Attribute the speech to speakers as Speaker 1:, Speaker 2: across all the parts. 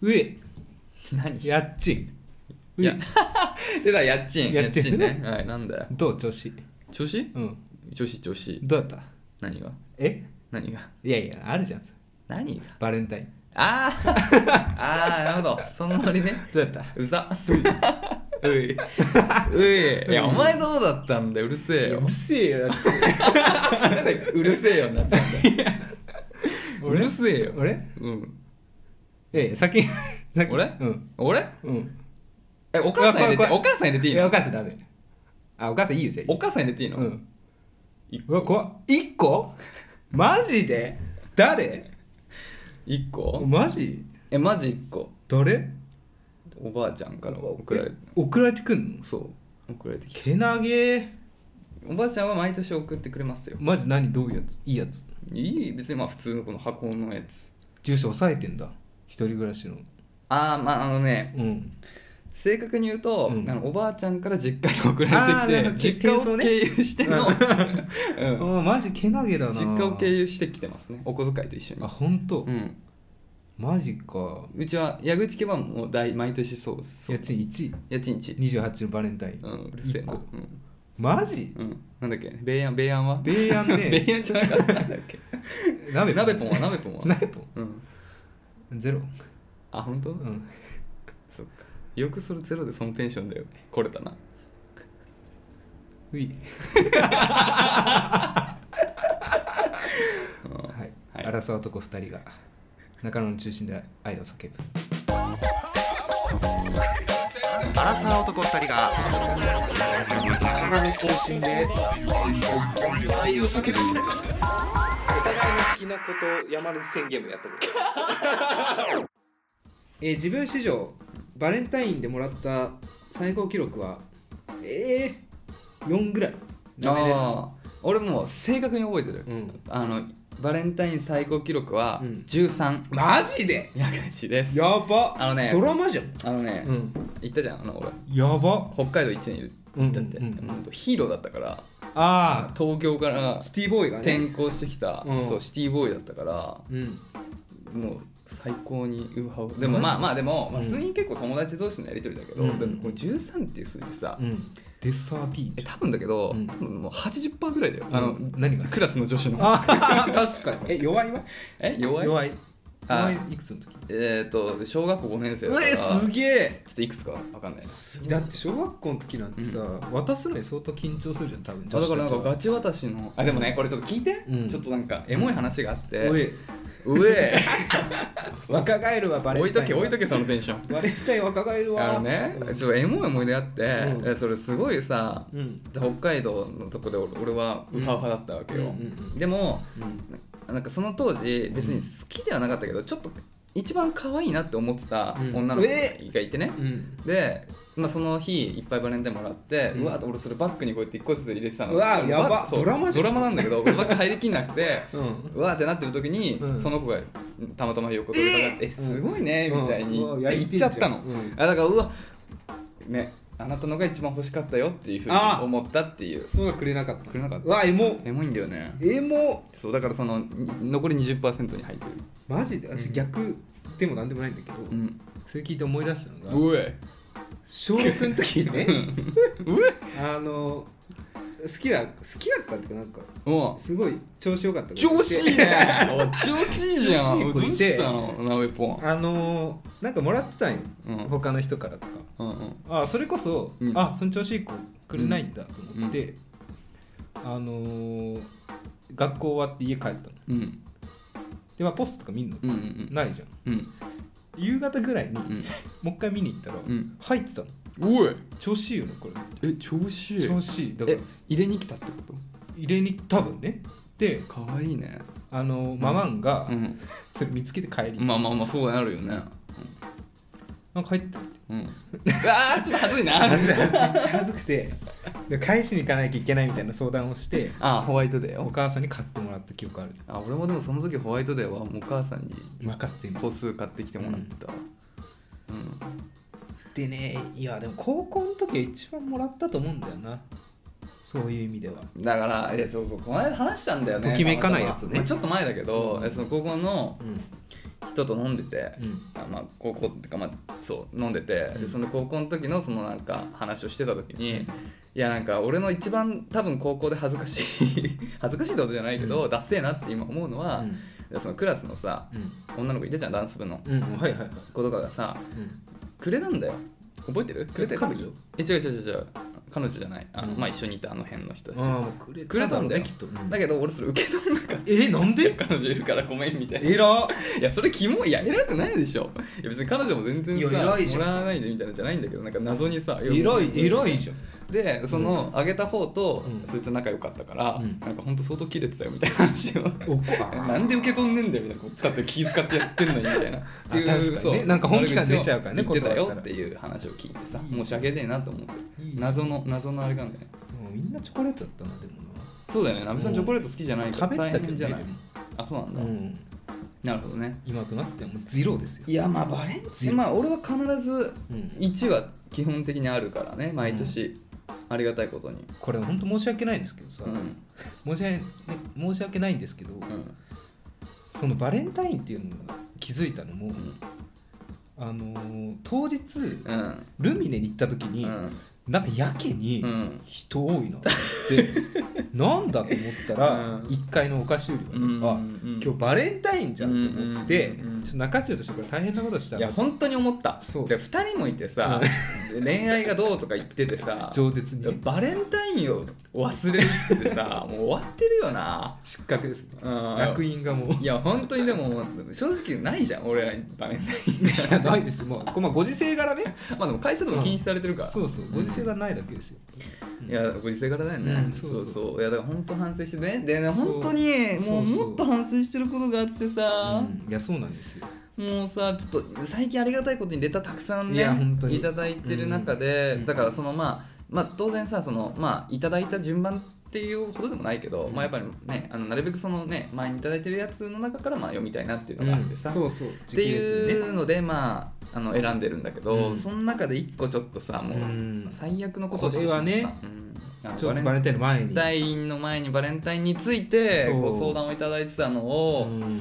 Speaker 1: 上
Speaker 2: 何
Speaker 1: 家賃
Speaker 2: いや
Speaker 1: 上
Speaker 2: 出た、家賃。
Speaker 1: 家
Speaker 2: 家
Speaker 1: 賃
Speaker 2: 賃ね。はい、なんだよ。
Speaker 1: どう調子
Speaker 2: 調子
Speaker 1: うん
Speaker 2: 調子、調子。
Speaker 1: どうだった
Speaker 2: 何が
Speaker 1: え
Speaker 2: 何が
Speaker 1: いやいやあるじゃん
Speaker 2: 何が
Speaker 1: バレンタイン
Speaker 2: あー あー、なるほど。そのノリね。
Speaker 1: どうだった
Speaker 2: うざ。 うい。うい。いや、お前どうだったんだよ。うるせえよ
Speaker 1: うる。せえよだって
Speaker 2: なんで うるせえよになっちゃうんだよ。 うるせえよ。
Speaker 1: 俺
Speaker 2: うん。
Speaker 1: ええ先に先に
Speaker 2: 俺
Speaker 1: うん
Speaker 2: 俺
Speaker 1: うん
Speaker 2: え、お母さん入れ
Speaker 1: いや
Speaker 2: て、
Speaker 1: 怖い
Speaker 2: お母さん入れていい
Speaker 1: いやお
Speaker 2: の
Speaker 1: 母さんダメあお母さんいいよじゃあ
Speaker 2: お母さん入れていいの
Speaker 1: うん
Speaker 2: 一
Speaker 1: うわ怖っ1個マジで誰
Speaker 2: 一個
Speaker 1: マジ
Speaker 2: え、マジ一個。
Speaker 1: 誰
Speaker 2: おばあちゃんから送られて。
Speaker 1: え送られてくんの
Speaker 2: そう。送られてきて。
Speaker 1: けなげ
Speaker 2: おばあちゃんは毎年送ってくれますよ。
Speaker 1: マジ何どういうやついいやつ
Speaker 2: いい別にまあ普通のこの箱のやつ。
Speaker 1: 住所押さえてんだ一人暮らしの
Speaker 2: ああ、まああのね、
Speaker 1: うん
Speaker 2: 正確に言うと、
Speaker 1: うん
Speaker 2: あのおばあちゃんから実家に送
Speaker 1: あ
Speaker 2: ら
Speaker 1: ーなる
Speaker 2: れ
Speaker 1: ほど
Speaker 2: てきて実
Speaker 1: 転
Speaker 2: 家
Speaker 1: 送
Speaker 2: を
Speaker 1: ね
Speaker 2: 経由しての、
Speaker 1: あ
Speaker 2: うん、
Speaker 1: ーマジけなげだな
Speaker 2: 実家を経由してきてますねお小遣いと一緒に
Speaker 1: あ本当、
Speaker 2: うん、
Speaker 1: マジか
Speaker 2: うちは矢口家はもう大毎年そうです
Speaker 1: 家賃1
Speaker 2: 家賃1
Speaker 1: 28のバレンタイン、
Speaker 2: うんうるせえ
Speaker 1: 一
Speaker 2: な
Speaker 1: 個
Speaker 2: うん、
Speaker 1: マジ
Speaker 2: うん、なんだっけ米安米安は
Speaker 1: 米安ね
Speaker 2: 米安じゃなかったなんだっけ
Speaker 1: 鍋
Speaker 2: 鍋ポンは鍋ポンは
Speaker 1: 鍋ポ
Speaker 2: うん
Speaker 1: ンゼロ
Speaker 2: あ本当、
Speaker 1: うん
Speaker 2: そっかよくそれゼロでそのテンションで来れたな
Speaker 1: うい
Speaker 2: うん
Speaker 1: はい、
Speaker 2: はい
Speaker 1: 争う男2人が中野の中心で愛を叫ぶ
Speaker 3: アラサー男二人が中上中心で愛を
Speaker 1: お互
Speaker 3: 叫ぶ
Speaker 1: いの好きなことを山根宣言もやったことえー自分史上バレンタインでもらった最高記録はえー、4ぐらいダメです
Speaker 2: あー俺もう正確に覚えてる、
Speaker 1: うん
Speaker 2: あのバレンタイン最高記録は
Speaker 1: うん
Speaker 2: 13、
Speaker 1: マジで
Speaker 2: 矢口です
Speaker 1: やば
Speaker 2: あのね
Speaker 1: ドラマじゃん
Speaker 2: あのね、
Speaker 1: ん
Speaker 2: 言ったじゃんあの俺
Speaker 1: やば
Speaker 2: 北海道1年いる
Speaker 1: うん
Speaker 2: だって、
Speaker 1: うんうん
Speaker 2: ほんとヒーローだったから
Speaker 1: あ
Speaker 2: 東京から
Speaker 1: あシティボーイがね
Speaker 2: 転校してきた、
Speaker 1: うん
Speaker 2: そうシティボーイだったから
Speaker 1: うん
Speaker 2: もう最高にウハウハでもまあまあでも、まあ
Speaker 1: うん
Speaker 2: 普通に結構友達同士のやり取りだけど、
Speaker 1: うん
Speaker 2: でもこれ13っていう数字さ、
Speaker 1: うんデスアピ
Speaker 2: え
Speaker 1: ール
Speaker 2: 多分だけど、
Speaker 1: うん
Speaker 2: 多分もう80%ぐらいだよ、あの
Speaker 1: うん何が
Speaker 2: クラスの女子の
Speaker 1: あ確かにえ弱いわ
Speaker 2: え弱い
Speaker 1: 弱い弱
Speaker 2: あ
Speaker 1: いいくつの時
Speaker 2: えっ、と小学校5年生
Speaker 1: え
Speaker 2: だから
Speaker 1: すげえ
Speaker 2: ちょっといくつかわかんないな
Speaker 1: だって小学校の時なんてさ、渡すのに相当緊張するじゃん多分
Speaker 2: あだからなんかガ
Speaker 1: チ
Speaker 2: チ渡しのあでもねこれちょっと聞いて、
Speaker 1: うん
Speaker 2: ちょっとなんかエモい話があって
Speaker 1: でおい
Speaker 2: 上
Speaker 1: 若返るわバレン
Speaker 2: 置
Speaker 1: タイ
Speaker 2: い
Speaker 1: ン
Speaker 2: とけ置いとけそのテンション
Speaker 1: バレンタイン若返るわ
Speaker 2: あのねちょっとエモい思い出あって、
Speaker 1: うん
Speaker 2: えそれすごいさ
Speaker 1: うん
Speaker 2: 北海道のとこで俺俺はウハウハだったわけよ、
Speaker 1: うんうんうん
Speaker 2: でも
Speaker 1: うん
Speaker 2: ななんかその当時別に好きではなかったけどちょっと一番可愛いなって思ってた女の子がいてね、
Speaker 1: うん
Speaker 2: で、まあ、その日いっぱいバレンタインもらって、
Speaker 1: う
Speaker 2: うんわ俺それバッグにこうやって一個ずつ入れてたの
Speaker 1: うわ
Speaker 2: それ
Speaker 1: やば
Speaker 2: バッそう
Speaker 1: ドラマじゃ
Speaker 2: ド
Speaker 1: ん
Speaker 2: ラマなんだけどこれバッグ入りきんなくて
Speaker 1: うん
Speaker 2: うわってなってる時に、
Speaker 1: うん
Speaker 2: その子がたまたま横通りかかって「えすごいね」みたいに、
Speaker 1: うんうわ
Speaker 2: って
Speaker 1: 焼い
Speaker 2: 言っ
Speaker 1: ん
Speaker 2: てち
Speaker 1: じ
Speaker 2: ゃ
Speaker 1: ゃん
Speaker 2: ったの、
Speaker 1: うん
Speaker 2: あだからうわねあなたのが一番欲しかったよっていうふうに
Speaker 1: あー
Speaker 2: 思ったっていう
Speaker 1: そうはくれなかった
Speaker 2: くれなかった
Speaker 1: うわエモ
Speaker 2: エモいんだよね
Speaker 1: エモ
Speaker 2: そうだからそのに残り20%に入ってる
Speaker 1: マジで私逆でもなんでもないんだけど、
Speaker 2: うん
Speaker 1: それ聞いて思い出したのが
Speaker 2: うえ
Speaker 1: 小6の時にね
Speaker 2: うえ
Speaker 1: あの好きだ好きだったっていうかなんか
Speaker 2: も
Speaker 1: すごい調子良かった子がて
Speaker 2: 調子いいねお調子いいじゃ
Speaker 1: 調子い
Speaker 2: ん
Speaker 1: い
Speaker 2: ど
Speaker 1: 子
Speaker 2: う
Speaker 1: いて
Speaker 2: したの鍋ポン
Speaker 1: あのーなんかもらってたんよ、
Speaker 2: うん
Speaker 1: 他の人からとか
Speaker 2: うんうん
Speaker 1: あそれこそ、
Speaker 2: うん
Speaker 1: あその調子いい子くれないんだと思って、あのー学校終わって家帰ったの
Speaker 2: うん
Speaker 1: で、まあ、ポストとか見んの、
Speaker 2: うんうん
Speaker 1: ないじゃん
Speaker 2: うん
Speaker 1: 夕方ぐらいに、
Speaker 2: うん
Speaker 1: もう一回見に行ったら、
Speaker 2: ん
Speaker 1: 入ってたの
Speaker 2: うんうえ
Speaker 1: 調子いいよねこ
Speaker 2: え調子い
Speaker 1: れ
Speaker 2: い
Speaker 1: 調子いいだから
Speaker 2: え入れに来たってこと
Speaker 1: 入れに多分ねで
Speaker 2: かわいいね
Speaker 1: あのーママンが、
Speaker 2: うん
Speaker 1: それ見つけて帰り、
Speaker 2: まあまあまあそうなるよね
Speaker 1: なんか入ってた
Speaker 2: うん、 うん、あーちょっと恥ずいな
Speaker 1: 恥 ずい恥ずいめっちゃ恥ずくてで返しに行かなきゃいけないみたいな相談をして
Speaker 2: あホワイトデー
Speaker 1: お母さんに買ってもらった記憶ある
Speaker 2: あ俺もでもその時ホワイトデーはもうお母さんに
Speaker 1: 分かってん
Speaker 2: 個数買ってきてもらったうん、
Speaker 1: でねいやでも高校の時は一番もらったと思うんだよなそういう意味では
Speaker 2: だからえそうそうこの間話したんだよね
Speaker 1: ときめかないやつね
Speaker 2: まあちょっと前だけど、
Speaker 1: うん
Speaker 2: えその高校の
Speaker 1: うん
Speaker 2: 人と飲んでて、
Speaker 1: う
Speaker 2: あまあ、高校っていうか、まあ、そう飲んでてでその高校の時のそのなんか話をしてた時に、いやなんか俺の一番多分高校で恥ずかしい 恥ずかしいってことじゃないけど、ダッセーなって今思うのは、そのクラスのさ女の子いたじゃんダンス部の
Speaker 1: うん、うん、はいはいはい、
Speaker 2: 子とかがさくれたんだよ覚えてるくれて
Speaker 1: 彼女
Speaker 2: え違う違う違う違う彼女じゃないあの、まあ、一緒にいたあの辺の人たち、
Speaker 1: ああくれ
Speaker 2: くれたんだよ
Speaker 1: きっと、
Speaker 2: だけど俺それ受け取んなかった
Speaker 1: えー、なんで
Speaker 2: 彼女いるからごめんみたいな
Speaker 1: えら
Speaker 2: いやそれキモいいや偉くないでしょいや別に彼女も全然
Speaker 1: い
Speaker 2: さ
Speaker 1: や
Speaker 2: もらわ
Speaker 1: 偉いじゃん
Speaker 2: ないでみたいなのじゃないんだけどなんか謎にさ
Speaker 1: えらいえらいじゃん
Speaker 2: でそのあげた方と
Speaker 1: うん
Speaker 2: そいつ仲良かったから、
Speaker 1: うん
Speaker 2: なんかほんと相当キレてたよみたいな話を
Speaker 1: おこ
Speaker 2: なんで受け取んねんだよみたいなこっちだって気使ってやってんのにみたいなっていう
Speaker 1: あ確かにね
Speaker 2: そう
Speaker 1: なんか本気感出ちゃうからね
Speaker 2: 悪口を言ってた
Speaker 1: 断
Speaker 2: よ
Speaker 1: っ
Speaker 2: ったて
Speaker 1: ら
Speaker 2: いう話を聞いてさ
Speaker 1: いいね
Speaker 2: 申し訳ねえなと思って
Speaker 1: いいね
Speaker 2: 謎の謎のあれなんだよね
Speaker 1: もうみんなチョコレートだったなでもな
Speaker 2: そうだよねなべさんチョコレート好きじゃないか
Speaker 1: 食
Speaker 2: ら
Speaker 1: べてた
Speaker 2: 大
Speaker 1: けど
Speaker 2: 変じゃない
Speaker 1: ね
Speaker 2: あそうなん
Speaker 1: で
Speaker 2: だ、
Speaker 1: もうん
Speaker 2: なるほどね
Speaker 1: 今となってはもうゼロですよ
Speaker 2: いやまあバレンチまあ俺は必ず
Speaker 1: うん
Speaker 2: 1は基本的にあるからね毎年、ありがたいことに
Speaker 1: これ本当申し訳ないんですけどさ、
Speaker 2: うん
Speaker 1: 申し訳ね申し訳ないんですけど、
Speaker 2: うん
Speaker 1: そのバレンタインっていうのが気づいたのも、
Speaker 2: ん
Speaker 1: あのー当日
Speaker 2: うん
Speaker 1: ルミネに行った時に、
Speaker 2: うん
Speaker 1: なんかやけに
Speaker 2: うん
Speaker 1: 人多いなっ て思って、なんだと思ったら、
Speaker 2: うん
Speaker 1: 1階のお菓子売り場で、
Speaker 2: うん
Speaker 1: あ
Speaker 2: うん
Speaker 1: 今日バレンタインじゃんと思って、
Speaker 2: うんうんうん
Speaker 1: ちょっと中中としてこれ大変なことした
Speaker 2: いや
Speaker 1: な
Speaker 2: 本当に思った
Speaker 1: そう
Speaker 2: で2人もいてさ恋愛がどうとか言ってて さ
Speaker 1: 饒舌にね
Speaker 2: バレンタインを忘れるって さもう終わってるよな
Speaker 1: 失格ですね
Speaker 2: うん
Speaker 1: 楽印がもう
Speaker 2: いや本当にでも正直ないじゃん俺らにバレンタイ ン
Speaker 1: ないですよもうこれまあご時世柄ね
Speaker 2: まあでも会社でも禁止されてるから、
Speaker 1: そうそうご時世柄ないだけですよ、
Speaker 2: いやご時世からだよね、
Speaker 1: うん
Speaker 2: そ
Speaker 1: そうう
Speaker 2: そ
Speaker 1: そうう
Speaker 2: いやだから本当反省してねでね
Speaker 1: そう
Speaker 2: 本当にもう
Speaker 1: そうそう
Speaker 2: もっと反省してることがあってさ、
Speaker 1: うんいやそうなんですよ
Speaker 2: もうさちょっと最近ありがたいことにレターたくさんね
Speaker 1: いや本当に
Speaker 2: いただいてる中で、
Speaker 1: うん
Speaker 2: だからそのまあまあ当然さそのまあいただいた順番っていうほどでもないけど、
Speaker 1: うん
Speaker 2: まあやっぱりねあのなるべくそのね前にいただいてるやつの中からまあ読みたいなっていうのがあってさ、
Speaker 1: そうそう
Speaker 2: っ
Speaker 1: 時
Speaker 2: て
Speaker 1: 系列に
Speaker 2: い
Speaker 1: ね
Speaker 2: うのでまああの選んでるんだけど、
Speaker 1: うん
Speaker 2: その中で一個ちょっとさもう、
Speaker 1: うん
Speaker 2: 最悪のことをしてしまった
Speaker 1: これはね、
Speaker 2: うんあの
Speaker 1: ちょっと
Speaker 2: バ
Speaker 1: バ
Speaker 2: レ
Speaker 1: レ
Speaker 2: ン
Speaker 1: ンタインの前に
Speaker 2: タインの前にバレンタインについて
Speaker 1: そう
Speaker 2: ご相談をいただいてたのを、
Speaker 1: うん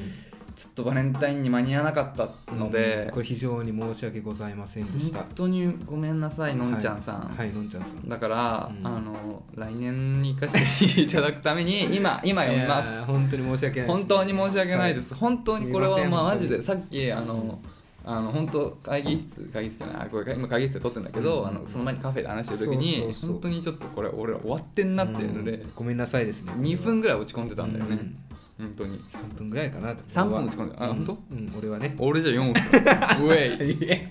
Speaker 2: ちょっとバレンタインに間に合わなかったので、
Speaker 1: これ非常に申し訳ございませんでした
Speaker 2: 本当にごめんなさいのんちゃんさん、
Speaker 1: はいはいのんちゃんさん
Speaker 2: だから、
Speaker 1: うん
Speaker 2: あの来年に生かしていただくため に今今読みま
Speaker 1: いや
Speaker 2: す
Speaker 1: ー本当に申し訳ないです
Speaker 2: 本当に申し訳ないです、本当にこれ
Speaker 1: す
Speaker 2: はい
Speaker 1: ません
Speaker 2: まあマ
Speaker 1: 本当に
Speaker 2: ジでさっきあのあの本当会議室会議室じゃないあこれ今会議室で撮ってんだけど、
Speaker 1: うん
Speaker 2: あのその前にカフェで話してる時に
Speaker 1: そうそうそう
Speaker 2: 本当にちょっとこれ俺ら終わってんなっていうので、
Speaker 1: んごめんなさいですね
Speaker 2: 2分ぐらい落ち込んでたんだよね、
Speaker 1: うん
Speaker 2: 本当に
Speaker 1: 3分ぐらいかなと
Speaker 2: 3分落ち込んでたあ
Speaker 1: うん
Speaker 2: 本
Speaker 1: うん俺はね
Speaker 2: 俺じゃ4分 ウェ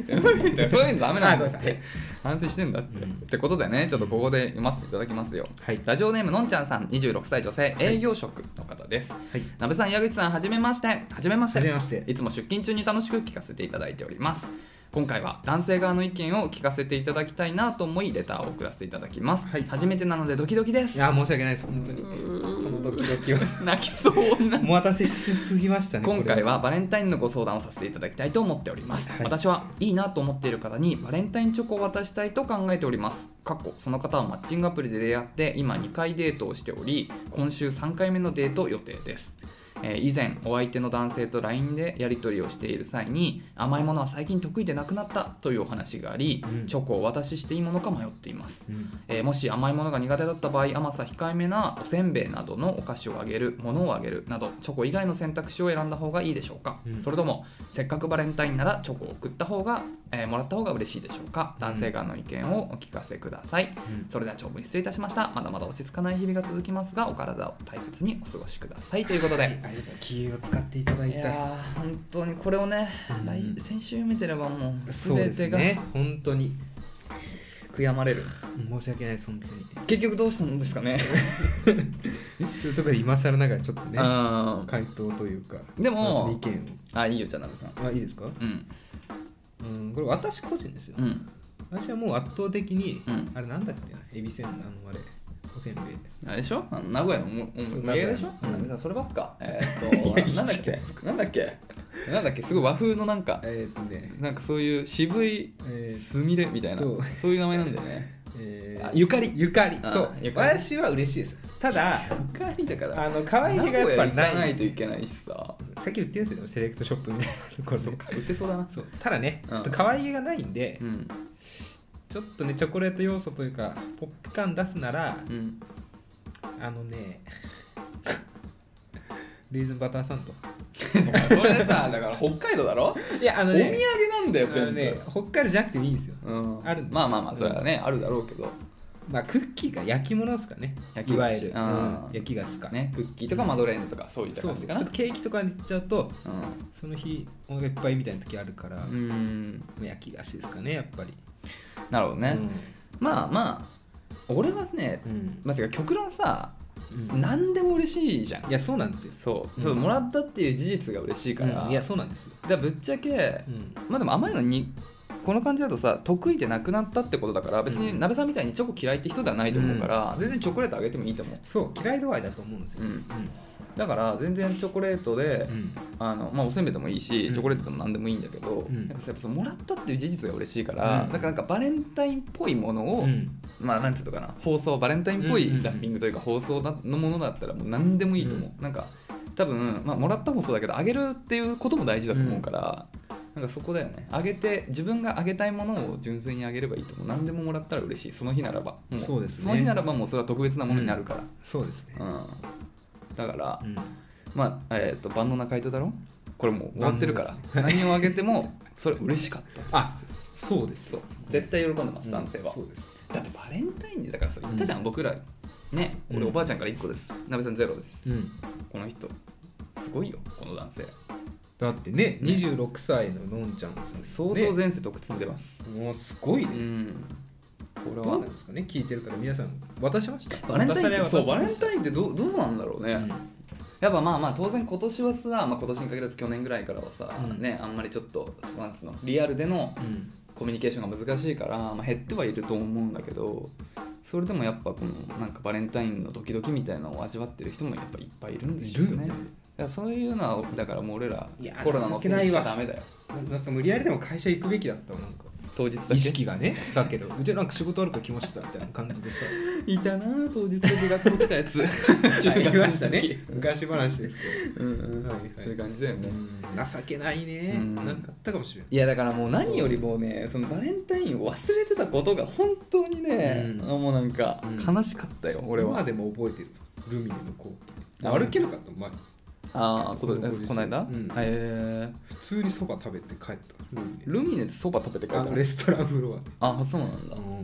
Speaker 2: イそういうのダメな
Speaker 1: あ
Speaker 2: んだっ
Speaker 1: ごめんなさ
Speaker 2: て反省してんだって、
Speaker 1: うん
Speaker 2: ってことでねちょっとここで読ませていただきますよ
Speaker 1: はい
Speaker 2: ラジオネームのんちゃんさん26歳女性営業職の方です、
Speaker 1: はい
Speaker 2: なべさん矢口さんはじめましてはじめまして
Speaker 1: はじめまして
Speaker 2: いつも出勤中に楽しく聞かせていただいております今回は男性側の意見を聞かせていただきたいなと思いレターを送らせていただきます、
Speaker 1: はい
Speaker 2: 初めてなのでドキドキです
Speaker 1: い やー申し訳ないです本当に
Speaker 2: う
Speaker 1: こ
Speaker 2: ー
Speaker 1: のドキドキは
Speaker 2: 泣きそうになっ
Speaker 1: お待たせしすぎましたね
Speaker 2: 今回
Speaker 1: は
Speaker 2: はバレンタインのご相談をさせていただきたいと思っております、
Speaker 1: はい
Speaker 2: 私はいいなと思っている方にバレンタインチョコを渡したいと考えております過去その方はマッチングアプリで出会って今2回デートをしており今週3回目のデート予定ですえー以前お相手の男性と LINE でやり取りをしている際に甘いものは最近得意でなくなったというお話があり、
Speaker 1: うん
Speaker 2: チョコをお渡ししていいものか迷っています
Speaker 1: うん
Speaker 2: えーもし甘いものが苦手だった場合甘さ控えめなおせんべいなどのお菓子をあげるものをあげるなどチョコ以外の選択肢を選んだ方がいいでしょうか、
Speaker 1: うん
Speaker 2: それともせっかくバレンタインならチョコを送った方が、えーもらった方が嬉しいでしょうか男性側の意見をお聞かせください、
Speaker 1: ん
Speaker 2: それでは長文失礼いたしましたまだまだ落ち着かない日々が続きますがお体を大切にお過ごしくださいということで、
Speaker 1: はいありがとう気を使っていただ
Speaker 2: い、
Speaker 1: い
Speaker 2: や
Speaker 1: た
Speaker 2: ー本当にこれをね、
Speaker 1: うん
Speaker 2: 来先週読めてればもう
Speaker 1: そうで
Speaker 2: 全
Speaker 1: す
Speaker 2: てが
Speaker 1: ね本当に
Speaker 2: 悔やまれる、
Speaker 1: 申し訳ないです本当に
Speaker 2: 結局どうしたんですかね
Speaker 1: というところで今更ながらちょっとね
Speaker 2: うん
Speaker 1: 回答というか
Speaker 2: で
Speaker 1: 私
Speaker 2: も
Speaker 1: の意見
Speaker 2: あいいよじゃあなべさん
Speaker 1: をあいいですか
Speaker 2: うん
Speaker 1: うんこれ私個人ですよ、
Speaker 2: うん
Speaker 1: 私はもう圧倒的に、
Speaker 2: うん
Speaker 1: あれなんだっけなエビせんあのあれおせんべい
Speaker 2: あれでしょあの名古屋のもお
Speaker 1: そう
Speaker 2: 土産でしょ
Speaker 1: 名古屋の
Speaker 2: なべさんそればっかえーっと
Speaker 1: いや
Speaker 2: なん だっけなんだっけなんだっけすごい和風のなんか
Speaker 1: えーっとね
Speaker 2: なんかそういう渋い
Speaker 1: えー
Speaker 2: すみれみたいな
Speaker 1: そう
Speaker 2: そういう名前なんだよね
Speaker 1: えー
Speaker 2: あゆかり
Speaker 1: ゆかり
Speaker 2: あ
Speaker 1: そう
Speaker 2: ゆかり
Speaker 1: 私は嬉しいですた だ
Speaker 2: ゆかりだから
Speaker 1: あの可愛い
Speaker 2: 名
Speaker 1: 毛が
Speaker 2: 古屋
Speaker 1: やっ
Speaker 2: 行
Speaker 1: ぱ
Speaker 2: か
Speaker 1: ない
Speaker 2: ないといけないしさ
Speaker 1: さっき言ってるんですよねセレクトショップみたいなところで
Speaker 2: そうか売ってそうだな
Speaker 1: そうただね
Speaker 2: うん
Speaker 1: ちょっと可愛げがないんで、
Speaker 2: うん
Speaker 1: ちょっとねチョコレート要素というかポップ感出すなら
Speaker 2: うん
Speaker 1: あのね レーズンバターサンド
Speaker 2: それさだから北海道だろ
Speaker 1: いやあ
Speaker 2: お
Speaker 1: の
Speaker 2: 土産
Speaker 1: ね
Speaker 2: なんだよ
Speaker 1: あの
Speaker 2: 全部
Speaker 1: ね北海道じゃなくてもいいんですよ
Speaker 2: うん
Speaker 1: ある
Speaker 2: まあまあまあそれはねあるだろうけど
Speaker 1: まあクッキーか焼き物ですかね
Speaker 2: 焼き菓子
Speaker 1: いわゆる、う
Speaker 2: あ
Speaker 1: ん
Speaker 2: ー、
Speaker 1: 焼き菓子か
Speaker 2: ねクッキーとかマドレーヌとかそういった
Speaker 1: そ
Speaker 2: 感
Speaker 1: うそ
Speaker 2: じ
Speaker 1: うち
Speaker 2: か
Speaker 1: ょっ
Speaker 2: な
Speaker 1: とケーキとかに行っちゃうと
Speaker 2: う
Speaker 1: その日お腹いっぱいみたいな時あるから、
Speaker 2: んうん
Speaker 1: 焼き菓子ですかねやっぱり
Speaker 2: なるほどねまあまあ俺はね
Speaker 1: うん、うん
Speaker 2: まあてか極論さ
Speaker 1: うん
Speaker 2: 何でも嬉しいじゃん
Speaker 1: いやそうなんですよ
Speaker 2: そう
Speaker 1: うん
Speaker 2: そうもらったっていう事実が嬉しいから
Speaker 1: うんいやそうなんですよ、
Speaker 2: だからぶっちゃけ
Speaker 1: うん
Speaker 2: まあでも甘いのにこの感じだとさ得意でなくなったってことだから別に鍋さんみたいにチョコ嫌いって人ではないと思うから、全然チョコレートあげてもいいと思う、
Speaker 1: そう嫌い度合いだと思うんですよ、
Speaker 2: うん、だから全然チョコレートで、あのまあ、おせんべいでもいいし、
Speaker 1: うん
Speaker 2: チョコレートでも何でもいいんだけど、
Speaker 1: ん
Speaker 2: なんかさやっぱそのもらったっていう事実が嬉しいから、
Speaker 1: うん
Speaker 2: だからなんかバレンタインっぽいもの
Speaker 1: う
Speaker 2: を、
Speaker 1: んうん
Speaker 2: まあなんていうのかな放送バレンタインっぽ
Speaker 1: うんうんう
Speaker 2: い
Speaker 1: ん
Speaker 2: ラッピングというか放送だのものだったらもう何でもいいと思う、なんか多分、まあ、もらったもそうだけどあげるっていうことも大事だと思うから、なんかそこだよねあげて自分があげたいものを純粋にあげればいいと思う何でももらったら嬉しいその日ならばも
Speaker 1: そうですね
Speaker 2: その日ならばもうそれは特別なものになるから、
Speaker 1: そうですね、
Speaker 2: うんだから、
Speaker 1: うん
Speaker 2: まあえっ、と万能な回答だろこれもう終わってるから
Speaker 1: 万、
Speaker 2: 何をあげてもそれ嬉しかった
Speaker 1: あそうです
Speaker 2: そう絶対喜んでます男性は、
Speaker 1: そうです
Speaker 2: だってバレンタインデーだからさ言ったじゃん、僕らね
Speaker 1: うん
Speaker 2: 俺おばあちゃんから1個ですなべさんゼロです、
Speaker 1: うん
Speaker 2: この人すごいよこの男性
Speaker 1: だってね26歳ののんちゃんです
Speaker 2: 相
Speaker 1: よね
Speaker 2: 当前世得積んでます、
Speaker 1: もうすごいうね、
Speaker 2: んこれ
Speaker 1: どうな
Speaker 2: は
Speaker 1: んですかね聞いてるから皆さん渡しました
Speaker 2: バレンタインってそうバレン
Speaker 1: イ
Speaker 2: タインってどうどうなんだろうね、やっぱまあまあ当然今年はさ、まあ、今年に限らず去年ぐらいからはさ、
Speaker 1: うん
Speaker 2: ねあんまりちょっとなんつうのリアルでの
Speaker 1: うん
Speaker 2: コミュニケーションが難しいから、まあ、減ってはいると思うんだけどそれでもやっぱこのなんかバレンタインのドキドキみたいなのを味わってる人もやっぱいっぱいいるんですよ
Speaker 1: いるよ
Speaker 2: ね
Speaker 1: ね
Speaker 2: だからそういうのはだからもう俺ら
Speaker 1: いや
Speaker 2: コロナのせいにしちゃダメだよ
Speaker 1: なんかなんか無理やりでも会社行くべきだったわなんか
Speaker 2: 当日だけ
Speaker 1: 意識がねだけどうちなんか仕事あるから来ましたみたいな感じで さ
Speaker 2: いたなあ当日だけ学校来た やつ中
Speaker 1: 行き
Speaker 2: 学
Speaker 1: ま
Speaker 2: の
Speaker 1: したね
Speaker 2: 時
Speaker 1: 昔話ですけ
Speaker 2: うんうん
Speaker 1: はいはい
Speaker 2: そういう感じだよね
Speaker 1: ど情けないね
Speaker 2: うん
Speaker 1: なんかあったかもしれない
Speaker 2: いやだからもう何よりもねそのバレンタインを忘れてたことが本当にね、
Speaker 1: うん
Speaker 2: もうなんか
Speaker 1: うん
Speaker 2: 悲しかったよ、俺は
Speaker 1: 今でも覚えてるルミネの光景
Speaker 2: あ
Speaker 1: 歩けなかった前
Speaker 2: ああこ
Speaker 1: このご時世
Speaker 2: の間、
Speaker 1: うん
Speaker 2: へえ
Speaker 1: 普通にそば食べて帰ったルミネ
Speaker 2: ルミネでそば食べて帰
Speaker 1: あ
Speaker 2: っ
Speaker 1: の
Speaker 2: た
Speaker 1: レストランフロ
Speaker 2: あそうなんだ、
Speaker 1: アで
Speaker 2: なるほ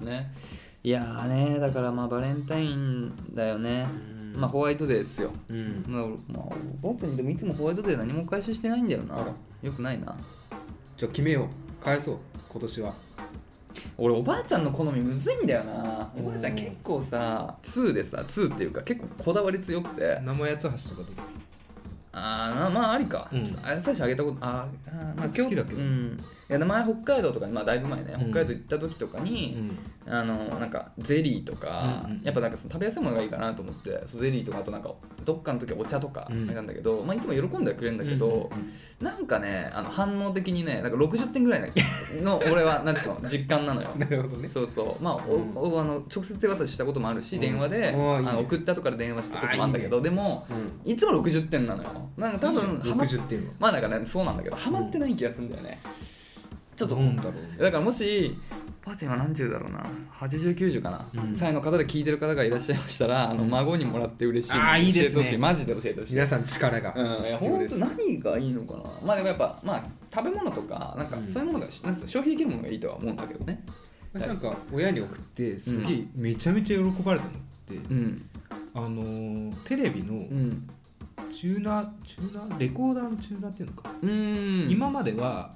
Speaker 2: どねいやーねだからまあバレンタインだよね、
Speaker 1: うん
Speaker 2: まあホワイトデーですよ、
Speaker 1: うん
Speaker 2: まあ、まあおばあちゃんにでもいつもホワイトデー何も回収してないんだよな
Speaker 1: あら
Speaker 2: よくないな
Speaker 1: じゃあ決めよう返そう今年は
Speaker 2: 俺おばあちゃんの好みむずいんだよな
Speaker 1: う
Speaker 2: お
Speaker 1: ん
Speaker 2: ばあちゃん結構さ2でさ2っていうか結構こだわり強くて
Speaker 1: 生八つ橋とかで
Speaker 2: あーなまあありか、
Speaker 1: うん
Speaker 2: ちょっとあやさしあげたことあーあーまあ
Speaker 1: 好きだけど
Speaker 2: うん、いや前北海道とかにまあだいぶ前ね
Speaker 1: うん
Speaker 2: 北海道行った時とかに、あのなんかゼリーとか、
Speaker 1: うんうん
Speaker 2: やっぱなんかその食べやすいものがいいかなと思ってそうゼリーとかあとなんかどっかの時はお茶とか
Speaker 1: うん
Speaker 2: なんだけど、まあ、いつも喜んではくれるんだけど、なんかねあの反応的にねなんか60点ぐらいなの俺はなんていうの実感なのよ。
Speaker 1: なるほ どね
Speaker 2: そうそうまあ、お
Speaker 1: うん
Speaker 2: おあの直接手渡ししたこともあるし、
Speaker 1: うん
Speaker 2: 電話で、
Speaker 1: あーいいね
Speaker 2: あの送ったとから電話したとこもあるんだけど
Speaker 1: あ
Speaker 2: でも
Speaker 1: うん
Speaker 2: いつも60点なのよなんか多分はまっ
Speaker 1: 60点は
Speaker 2: まあなんかねそうなんだけどハマってない気がするんだよね、ちょっと
Speaker 1: なんだろうね
Speaker 2: だからもしおばあちゃん今何十だろうな8090かな、
Speaker 1: うん
Speaker 2: 歳の方で聞いてる方がいらっしゃいましたらあの孫にもらって嬉しいもの
Speaker 1: あーいいですね
Speaker 2: 教えてほしいマジで教えてほしい
Speaker 1: 皆さん力が
Speaker 2: うん、いや
Speaker 1: 必要
Speaker 2: 本
Speaker 1: で
Speaker 2: 当
Speaker 1: す
Speaker 2: 何がいいのかなまあでもやっぱまあ食べ物とかなんか
Speaker 1: うん
Speaker 2: そういうものが、なんつうの消費できるものがいいとは思うんだけどね
Speaker 1: 私なんか親に送ってすげえめちゃめちゃ喜ばれたのって
Speaker 2: うん
Speaker 1: あのーテレビの
Speaker 2: うん
Speaker 1: チューナーチューナーレコーダーのチューナーっていうのか
Speaker 2: うん
Speaker 1: 今までは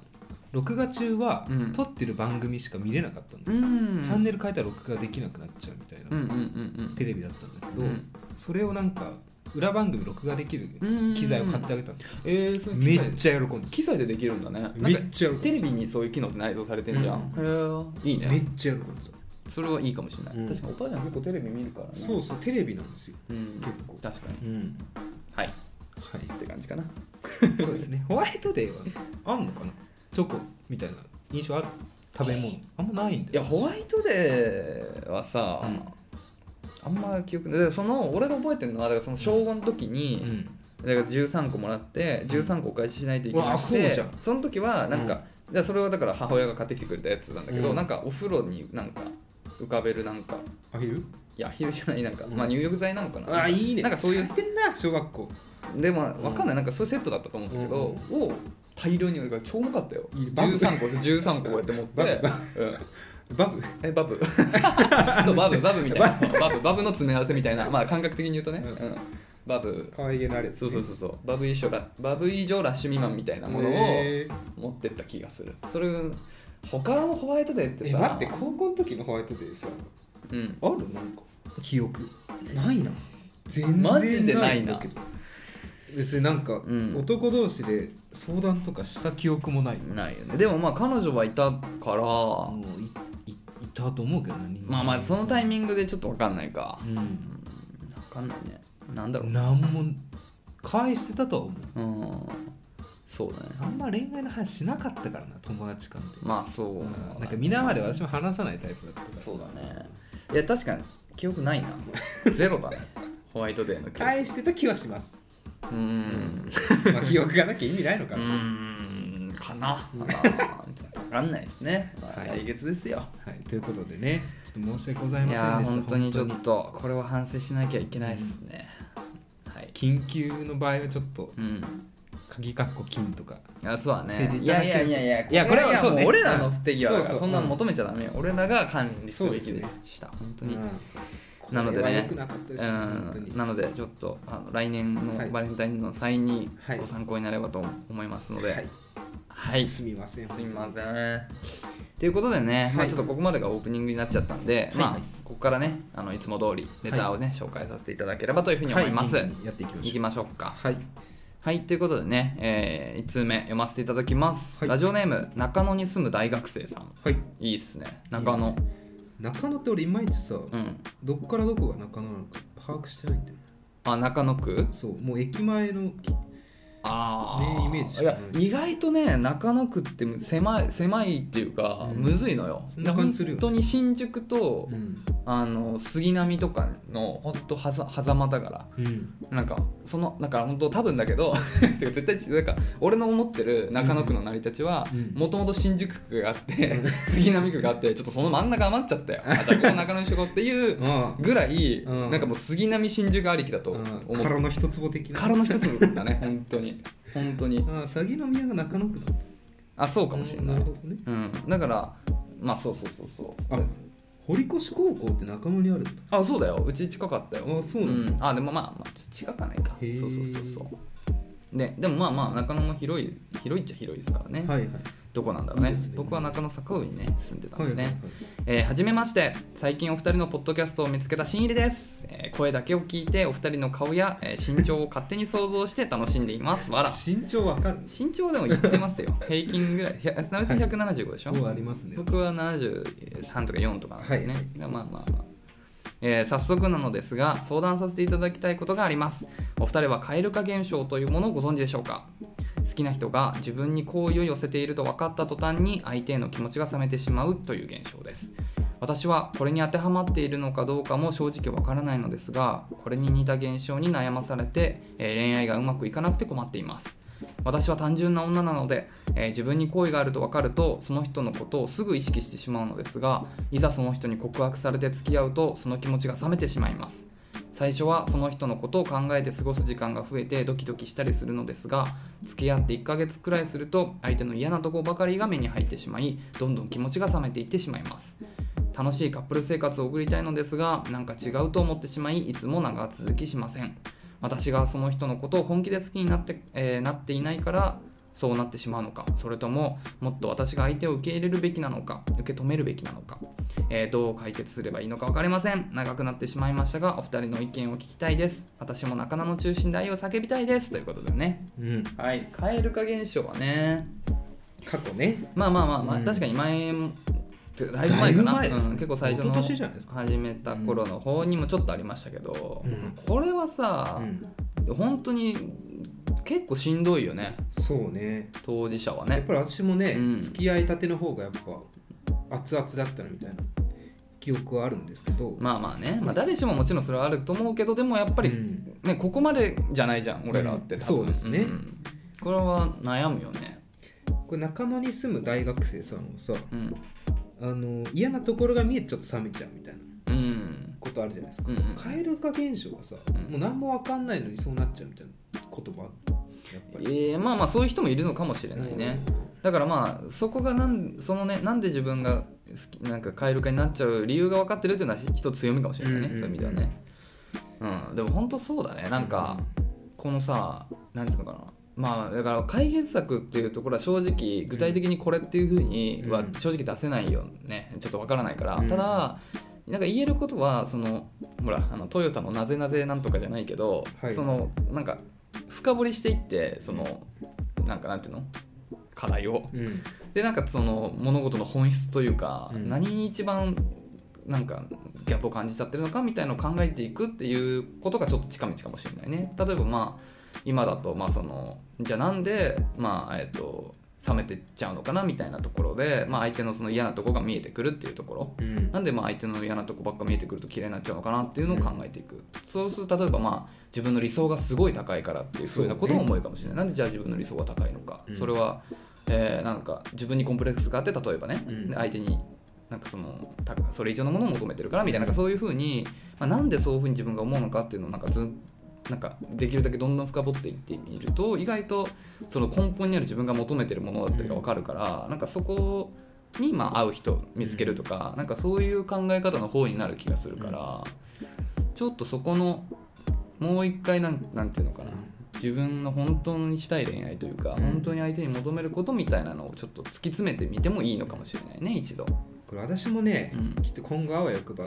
Speaker 1: 録画中は
Speaker 2: うん
Speaker 1: 撮ってる番組しか見れなかったの
Speaker 2: う
Speaker 1: チ
Speaker 2: ん
Speaker 1: ャンネル変えたら録画できなくなっちゃうみたい
Speaker 2: うん
Speaker 1: な
Speaker 2: うんうん
Speaker 1: テレビだったんだけ
Speaker 2: う
Speaker 1: ど
Speaker 2: ん
Speaker 1: それをなんか裏番組録画できる
Speaker 2: うん
Speaker 1: 機材を買ってあげたの
Speaker 2: えー、そう
Speaker 1: め
Speaker 2: いう機
Speaker 1: っ
Speaker 2: 材
Speaker 1: ちゃ喜んで
Speaker 2: 機材でできるんだねなんか
Speaker 1: めっちゃ喜んで
Speaker 2: テレビにそういう機能って内蔵されてんじゃん、へえいいね
Speaker 1: ためっちゃ喜んでた
Speaker 2: それはいいかもしれない、
Speaker 1: うん
Speaker 2: 確かにおばあちゃん結構テレビ見るからね
Speaker 1: そうそうテレビなんですよ
Speaker 2: うん、
Speaker 1: 結構
Speaker 2: 確かに
Speaker 1: うん
Speaker 2: は
Speaker 1: は
Speaker 2: い
Speaker 1: い
Speaker 2: って感じかな
Speaker 1: そうですね。ホワイトデーはあんのかなチョコみたいな印象ある食べ物あんまないんだ
Speaker 2: いやホワイトデーはさ、あんま記憶ないでその俺が覚えてるのはだからその小5の時に、
Speaker 1: うん
Speaker 2: だから13個もらって13個お返ししないといけ
Speaker 1: う
Speaker 2: な
Speaker 1: わ
Speaker 2: く
Speaker 1: そう
Speaker 2: て
Speaker 1: じゃん
Speaker 2: その時はなんか、じゃあそれはだから母親が買ってきてくれたやつなんだけど、
Speaker 1: うん
Speaker 2: なんかお風呂になんか浮かべるなんか
Speaker 1: あげる
Speaker 2: いや昼じゃないなんか、
Speaker 1: うん
Speaker 2: まあ入浴剤なのかな
Speaker 1: あいいね
Speaker 2: なんかそういう
Speaker 1: されてんな小学校
Speaker 2: でもわかんないなんかそういうセットだったと思うんだけど、を大量に俺が超うまかったよ
Speaker 1: いいバブ
Speaker 2: 13個13個こうやって持って
Speaker 1: バ
Speaker 2: うん
Speaker 1: バブ
Speaker 2: えバブ そうバブバブみたいなバブバブの詰め合わせみたいなまあ感覚的に言うとね、
Speaker 1: う
Speaker 2: うんバブ
Speaker 1: 可愛げのあるやつ
Speaker 2: そうそうそうそうバブ以上ラバブ以上ラッシュ未満みたいなものを
Speaker 1: へー
Speaker 2: 持ってった気がするそれ他のホワイトデーって
Speaker 1: え
Speaker 2: さ
Speaker 1: 待って高校の時のホワイトデーさ
Speaker 2: うん、
Speaker 1: あるなんか記憶ないな全
Speaker 2: マジで
Speaker 1: 然
Speaker 2: な
Speaker 1: ないいん
Speaker 2: な
Speaker 1: だけど別になんか
Speaker 2: うん
Speaker 1: 男同士で相談とかした記憶もない
Speaker 2: ないよねでもまあ彼女はいたから
Speaker 1: あのいいいたと思うけどな
Speaker 2: まあまあそのタイミングでちょっと分かんないか
Speaker 1: うん
Speaker 2: 分かんないねなんだろう
Speaker 1: 何も返してたとは思う
Speaker 2: うんそうだね
Speaker 1: あんま恋愛の話しなかったからな友達間で、
Speaker 2: まあそう
Speaker 1: うんなんか皆まで私も話さないタイプだったから
Speaker 2: そうだねいや確かに記憶 ないなゼロだねホワイトデーの記憶
Speaker 1: 返してた気はします
Speaker 2: うーん
Speaker 1: まあ記憶がなきゃ意味ないの
Speaker 2: う
Speaker 1: かな、
Speaker 2: ーんかなまあちょっと分かんないですね、まあ
Speaker 1: はい
Speaker 2: 来月ですよ
Speaker 1: はい、ということでねちょっと申し訳ござい
Speaker 2: いや
Speaker 1: ません
Speaker 2: ー
Speaker 1: でした
Speaker 2: 本当にちょっ
Speaker 1: 本
Speaker 2: とこれは反省しなきゃいけないですね、はい
Speaker 1: 当に緊急の場合はちょっと
Speaker 2: うん
Speaker 1: 鍵かっこ金とか
Speaker 2: あそうだ
Speaker 1: せ
Speaker 2: ね
Speaker 1: いでい
Speaker 2: い
Speaker 1: た
Speaker 2: や
Speaker 1: だけ
Speaker 2: い
Speaker 1: る
Speaker 2: やいやいや
Speaker 1: いやこれはそうね
Speaker 2: も俺らの不手際だから
Speaker 1: そうそう
Speaker 2: そんなの求めちゃダメよ、俺らが管理すべき
Speaker 1: そう
Speaker 2: で
Speaker 1: です
Speaker 2: した本当に、
Speaker 1: うんこれ
Speaker 2: な
Speaker 1: は
Speaker 2: のでね
Speaker 1: 良くなかったですね本当
Speaker 2: う
Speaker 1: に
Speaker 2: んなのでちょっとあの来年の
Speaker 1: はい
Speaker 2: バレンタインの際に
Speaker 1: はい
Speaker 2: ご参考になればと思いますので、は、
Speaker 1: はいい、すみません
Speaker 2: すみま
Speaker 1: 本
Speaker 2: せん。ということでね、ま
Speaker 1: は
Speaker 2: あ、
Speaker 1: い
Speaker 2: ちょっとここまでがオープニングになっちゃったんで、
Speaker 1: はい
Speaker 2: まあ、ここからねあのいつも通りネタをね、紹介させていただければというふうに思います。
Speaker 1: はいい、やっていきましょ
Speaker 2: きましょうか。
Speaker 1: うはい
Speaker 2: はい、ということでね、え1通目読ませていただきます。
Speaker 1: はい
Speaker 2: ラジオネーム、中野に住む大学生さん。
Speaker 1: はい
Speaker 2: いいっすね。中野。
Speaker 1: 中野って俺いまいちさ、
Speaker 2: うん。
Speaker 1: どこからどこが中野なのか把握してないんだよ
Speaker 2: あ、中野区
Speaker 1: そうもう駅前の
Speaker 2: あ
Speaker 1: ねイメージし
Speaker 2: い
Speaker 1: か
Speaker 2: や
Speaker 1: ない
Speaker 2: 意外とね中野区って狭い狭いっていうか、
Speaker 1: うん
Speaker 2: むずいのよ
Speaker 1: そんな感じするよね
Speaker 2: 本当に新宿と、
Speaker 1: ん、
Speaker 2: あの杉並とかのほんとはざ狭間だから
Speaker 1: うん、
Speaker 2: なんかそのだから本当多分だけど てか絶対ちなんか俺の思ってる中野区の成り立ちは
Speaker 1: うん
Speaker 2: もともと新宿区があって、杉並区があってちょっとその真ん中余っちゃっ たよあじゃあここ中野にしとこうっていう
Speaker 1: あ
Speaker 2: ぐらい、
Speaker 1: うん
Speaker 2: なんかもう杉並新宿ありきだ
Speaker 1: あ
Speaker 2: と思
Speaker 1: あ
Speaker 2: う
Speaker 1: あ殻の一坪的な
Speaker 2: 殻の一つだね本当に本当に
Speaker 1: ああ詐欺の宮が中野区だ
Speaker 2: あそうかもしれない
Speaker 1: る、ほどね
Speaker 2: うん、だからまあそうそうそうそう
Speaker 1: あ堀越高校って中野にあるんだ
Speaker 2: あそうだようち近かったよ
Speaker 1: あそうなんだ
Speaker 2: んあでもまあ、まあ、近かないか
Speaker 1: へー
Speaker 2: そうそうそうそうででもまあまあ中野も広い広いっちゃ広いですからね、
Speaker 1: はいはい
Speaker 2: どこなんだろうね
Speaker 1: いいですね
Speaker 2: 僕は中野坂上にね住んでた
Speaker 1: は
Speaker 2: ん
Speaker 1: い
Speaker 2: で
Speaker 1: はい
Speaker 2: ね、
Speaker 1: はい
Speaker 2: えーはじめまして最近お二人のポッドキャストを見つけた新入りです、えー声だけを聞いてお二人の顔や、えー身長を勝手に想像して楽しんでいますわら
Speaker 1: 身長わかる
Speaker 2: 身長でも言ってますよ平均ぐらいひゃなべさん175でしょ、
Speaker 1: もうありますね
Speaker 2: 僕は73とか4とかなんでね、
Speaker 1: はい
Speaker 2: まあまあまあ、えー早速なのですが相談させていただきたいことがありますお二人は蛙化現象というものをご存知でしょうか好きな人が自分に好意を寄せていると分かった途端に相手への気持ちが冷めてしまうという現象です私はこれに当てはまっているのかどうかも正直わからないのですがこれに似た現象に悩まされて、えー恋愛がうまくいかなくて困っています私は単純な女なので、えー自分に好意があると分かるとその人のことをすぐ意識してしまうのですがいざその人に告白されて付き合うとその気持ちが冷めてしまいます最初はその人のことを考えて過ごす時間が増えてドキドキしたりするのですが付き合って1ヶ月くらいすると相手の嫌なとこばかりが目に入ってしまいどんどん気持ちが冷めていってしまいます楽しいカップル生活を送りたいのですがなんか違うと思ってしまいいつも長続きしません私がその人のことを本気で好きになって,、えーなっていないからそうなってしまうのかそれとももっと私が相手を受け入れるべきなのか受け止めるべきなのか、えーどう解決すればいいのか分かりません長くなってしまいましたがお二人の意見を聞きたいです私も仲間の中心で愛を叫びたいですということでね
Speaker 1: うん
Speaker 2: はい蛙化現象はね
Speaker 1: 過去ね
Speaker 2: まあまあまあまあ、
Speaker 1: うん
Speaker 2: 確かに前だいぶ前かな
Speaker 1: だいぶ前ですね
Speaker 2: うん、結構最初
Speaker 1: 一昨年じゃない
Speaker 2: の
Speaker 1: ですか
Speaker 2: 始めた頃の方にもちょっとありましたけど、
Speaker 1: うん
Speaker 2: これはさ、
Speaker 1: ん
Speaker 2: 本当に結構しんどいよね
Speaker 1: そうね
Speaker 2: 当事者は
Speaker 1: やっ
Speaker 2: ね
Speaker 1: ぱり私もね、
Speaker 2: うん
Speaker 1: 付き合いたての方がやっぱ熱々だったなみたいな記憶はあるんですけど、
Speaker 2: まあまあね、まあ、誰しももちろんそれはあると思うけどでもやっぱり、
Speaker 1: うん
Speaker 2: ね、ここまでじゃないじゃん俺らって、
Speaker 1: うん
Speaker 2: 多分
Speaker 1: そうですね
Speaker 2: んこれは悩むよね
Speaker 1: これ中野に住む大学生さんはさ
Speaker 2: うん
Speaker 1: あの嫌なところが見えてちょっと冷めちゃうみたいな
Speaker 2: うん
Speaker 1: ことあるじゃないです
Speaker 2: う
Speaker 1: か、
Speaker 2: んうん
Speaker 1: 蛙化現象がさ、
Speaker 2: うん
Speaker 1: もう何も分かんないのにそうなっちゃうみたいな言葉やっぱり
Speaker 2: えーまあまあそういう人もいるのかもしれないね、だからまあそこがなんそのねなんで自分が好きなんか蛙化になっちゃう理由が分かってるっていうのは一つ強みかもしれないね、
Speaker 1: うんうん
Speaker 2: そういう意味ではね、うん、でも本当そうだねなんかこのさなんていうのかなまあだから解決策っていうところは正直具体的にこれっていうふうには
Speaker 1: うん
Speaker 2: 正直出せないよねちょっと分からないから、
Speaker 1: うん
Speaker 2: ただなんか言えることはそのほらあのトヨタのなぜなぜなんとかじゃないけど、
Speaker 1: はい
Speaker 2: そのなんか深掘りしていってそのなんかなんていうの課題を
Speaker 1: うんうん
Speaker 2: でなんかその物事の本質というか、
Speaker 1: うん
Speaker 2: 何に一番なんかギャップを感じちゃってるのかみたいなのを考えていくっていうことがちょっと近道かもしれないね例えばまあ今だとまあそのじゃあなんでまあえっと冷めてっちゃうのかなみたいなところで、まあ、相手のその嫌なとこが見えてくるっていうところ
Speaker 1: うん
Speaker 2: なんでまあ相手の嫌なとこばっか見えてくると嫌いになっちゃうのかなっていうのを考えていく、そうすると例えばまあ自分の理想がすごい高いからっていうふうなことを思うかもしれない、なんでじゃあ自分の理想が高いのか、
Speaker 1: うん
Speaker 2: それは、えーなんか自分にコンプレックスがあって例えばね、
Speaker 1: うん
Speaker 2: で相手になんかそのたそれ以上のものを求めてるからみたいななんかそういうふうに、まあ、なんでそういうふうに自分が思うのかっていうのをなんかずっなんかできるだけどんどん深掘っていってみると意外とその根本にある自分が求めてるものだったりが分かるから、なんかそこにまあ合う人を見つけるとか、なんかそういう考え方の方になる気がするから、ちょっとそこのもう一回なんなんていうのかな自分の本当にしたい恋愛というか、
Speaker 1: うん
Speaker 2: 本当に相手に求めることみたいなのをちょっと突き詰めてみてもいいのかもしれないね一度。
Speaker 1: これ私もね、
Speaker 2: うん
Speaker 1: きっと今後あわよくば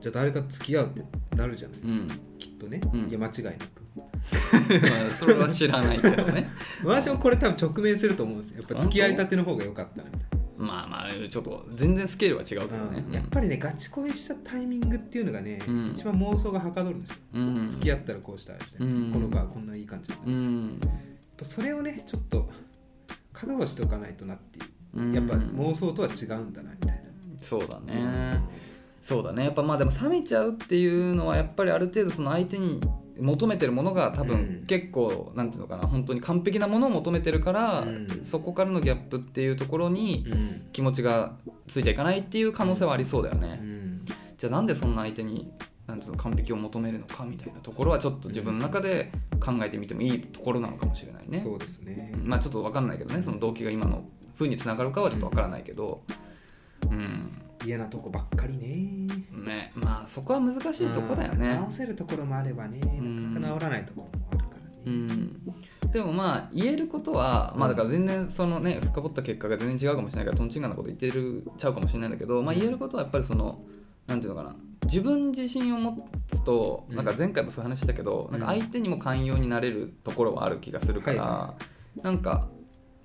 Speaker 1: じゃあ誰か付き合うってなるじゃないで
Speaker 2: う
Speaker 1: すか、
Speaker 2: ん、
Speaker 1: きっとね、
Speaker 2: うん
Speaker 1: いや間違いなく
Speaker 2: まあそれは知らないけどね
Speaker 1: 私もこれ多分直面すると思うんですよやっぱ付き合いたての方が良かったなみたい
Speaker 2: まあまあちょっと全然スケールは違うけど
Speaker 1: な、
Speaker 2: ね
Speaker 1: うん、やっぱりねガチ恋したタイミングっていうのがね、
Speaker 2: うん
Speaker 1: 一番妄想がはかどるんですよ、
Speaker 2: うん
Speaker 1: 付き合ったらこうしたいして、
Speaker 2: うん
Speaker 1: この子はこんないい感じだった、
Speaker 2: う
Speaker 1: やっ
Speaker 2: ん
Speaker 1: ぱそれをねちょっと覚悟しておかないとなっていう
Speaker 2: うん
Speaker 1: やっぱ妄想とは違うんだなみたい
Speaker 2: そう
Speaker 1: な、
Speaker 2: だねそうだねやっぱまあでも冷めちゃうっていうのはやっぱりある程度その相手に求めてるものが多
Speaker 1: う
Speaker 2: 分
Speaker 1: ん
Speaker 2: 結構なんていうのかな本当に完璧なものを求めてるから、
Speaker 1: うん
Speaker 2: そこからのギャップっていうところに
Speaker 1: うん
Speaker 2: 気持ちがついていかないっていう可能性はありそうだよね、
Speaker 1: うん
Speaker 2: じゃあなんでそんな相手になんていうの完璧を求めるのかみたいなところはちょっと自分の中で考えてみてもいいところなのかもしれないね。
Speaker 1: そうですね、
Speaker 2: まあちょっと分かんないけどねその動機が今の風につながるかはちょっと分からないけどうん
Speaker 1: 嫌なとこばっかりね
Speaker 2: ねまあそこは難しいとこだよ
Speaker 1: うん
Speaker 2: ね
Speaker 1: 直せるところもあればね
Speaker 2: ん
Speaker 1: なかなか治らないところもあるからね、
Speaker 2: うんでもまあ言えることはまあだから全然そのね深掘った結果が全然違うかもしれないからとんちんかんなこと言ってるちゃうかもしれないんだけどまあ言えることはやっぱりそのなんていうのかな自分自身を持つと
Speaker 1: うん
Speaker 2: なんか前回もそういう話したけど
Speaker 1: う
Speaker 2: なんんか相手にも寛容になれるところはある気がするか
Speaker 1: は
Speaker 2: らなんか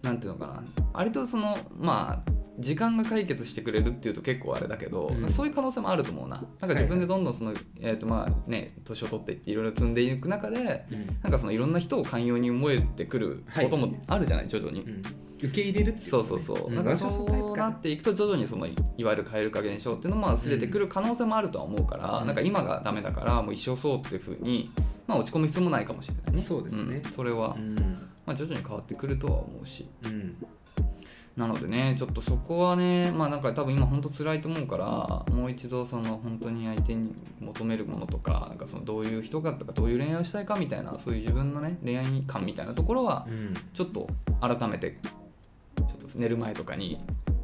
Speaker 2: なんていうのかな割とそのまあ時間が解決してくれるっていうと結構あれだけど、
Speaker 1: うん
Speaker 2: そういう可能性もあると思うななんか自分でどんどんその、えーとまあね、年を取っていっていろいろ積んでいく中で
Speaker 1: うん
Speaker 2: なんかそのいろんな人を寛容に思えてくることもあるじゃない、徐々に、
Speaker 1: うん受け入れるっていうこ
Speaker 2: そう
Speaker 1: と
Speaker 2: そ
Speaker 1: ね、
Speaker 2: うそう、
Speaker 1: ん
Speaker 2: なんか
Speaker 1: 私はのタイ
Speaker 2: そ
Speaker 1: プ
Speaker 2: う
Speaker 1: か
Speaker 2: なっていくと徐々にそのいいわゆる蛙化現象っていうのも薄れてくる可能性もあるとは思うから、
Speaker 1: うん
Speaker 2: なんか今がダメだからもう一生そうっていうふうに、まあ、落ち込む必要もないかもしれないね
Speaker 1: そうですね
Speaker 2: んそれは、
Speaker 1: うん
Speaker 2: まあ、徐々に変わってくるとは思うし
Speaker 1: うん
Speaker 2: なのでねちょっとそこはねまあなんか多分今本当辛いと思うからもう一度その本当に相手に求めるものとかなんかそのどういう人かとかどういう恋愛をしたいかみたいなそういう自分のね恋愛観みたいなところは
Speaker 1: うん
Speaker 2: ちょっと改めてちょっと寝る前とかに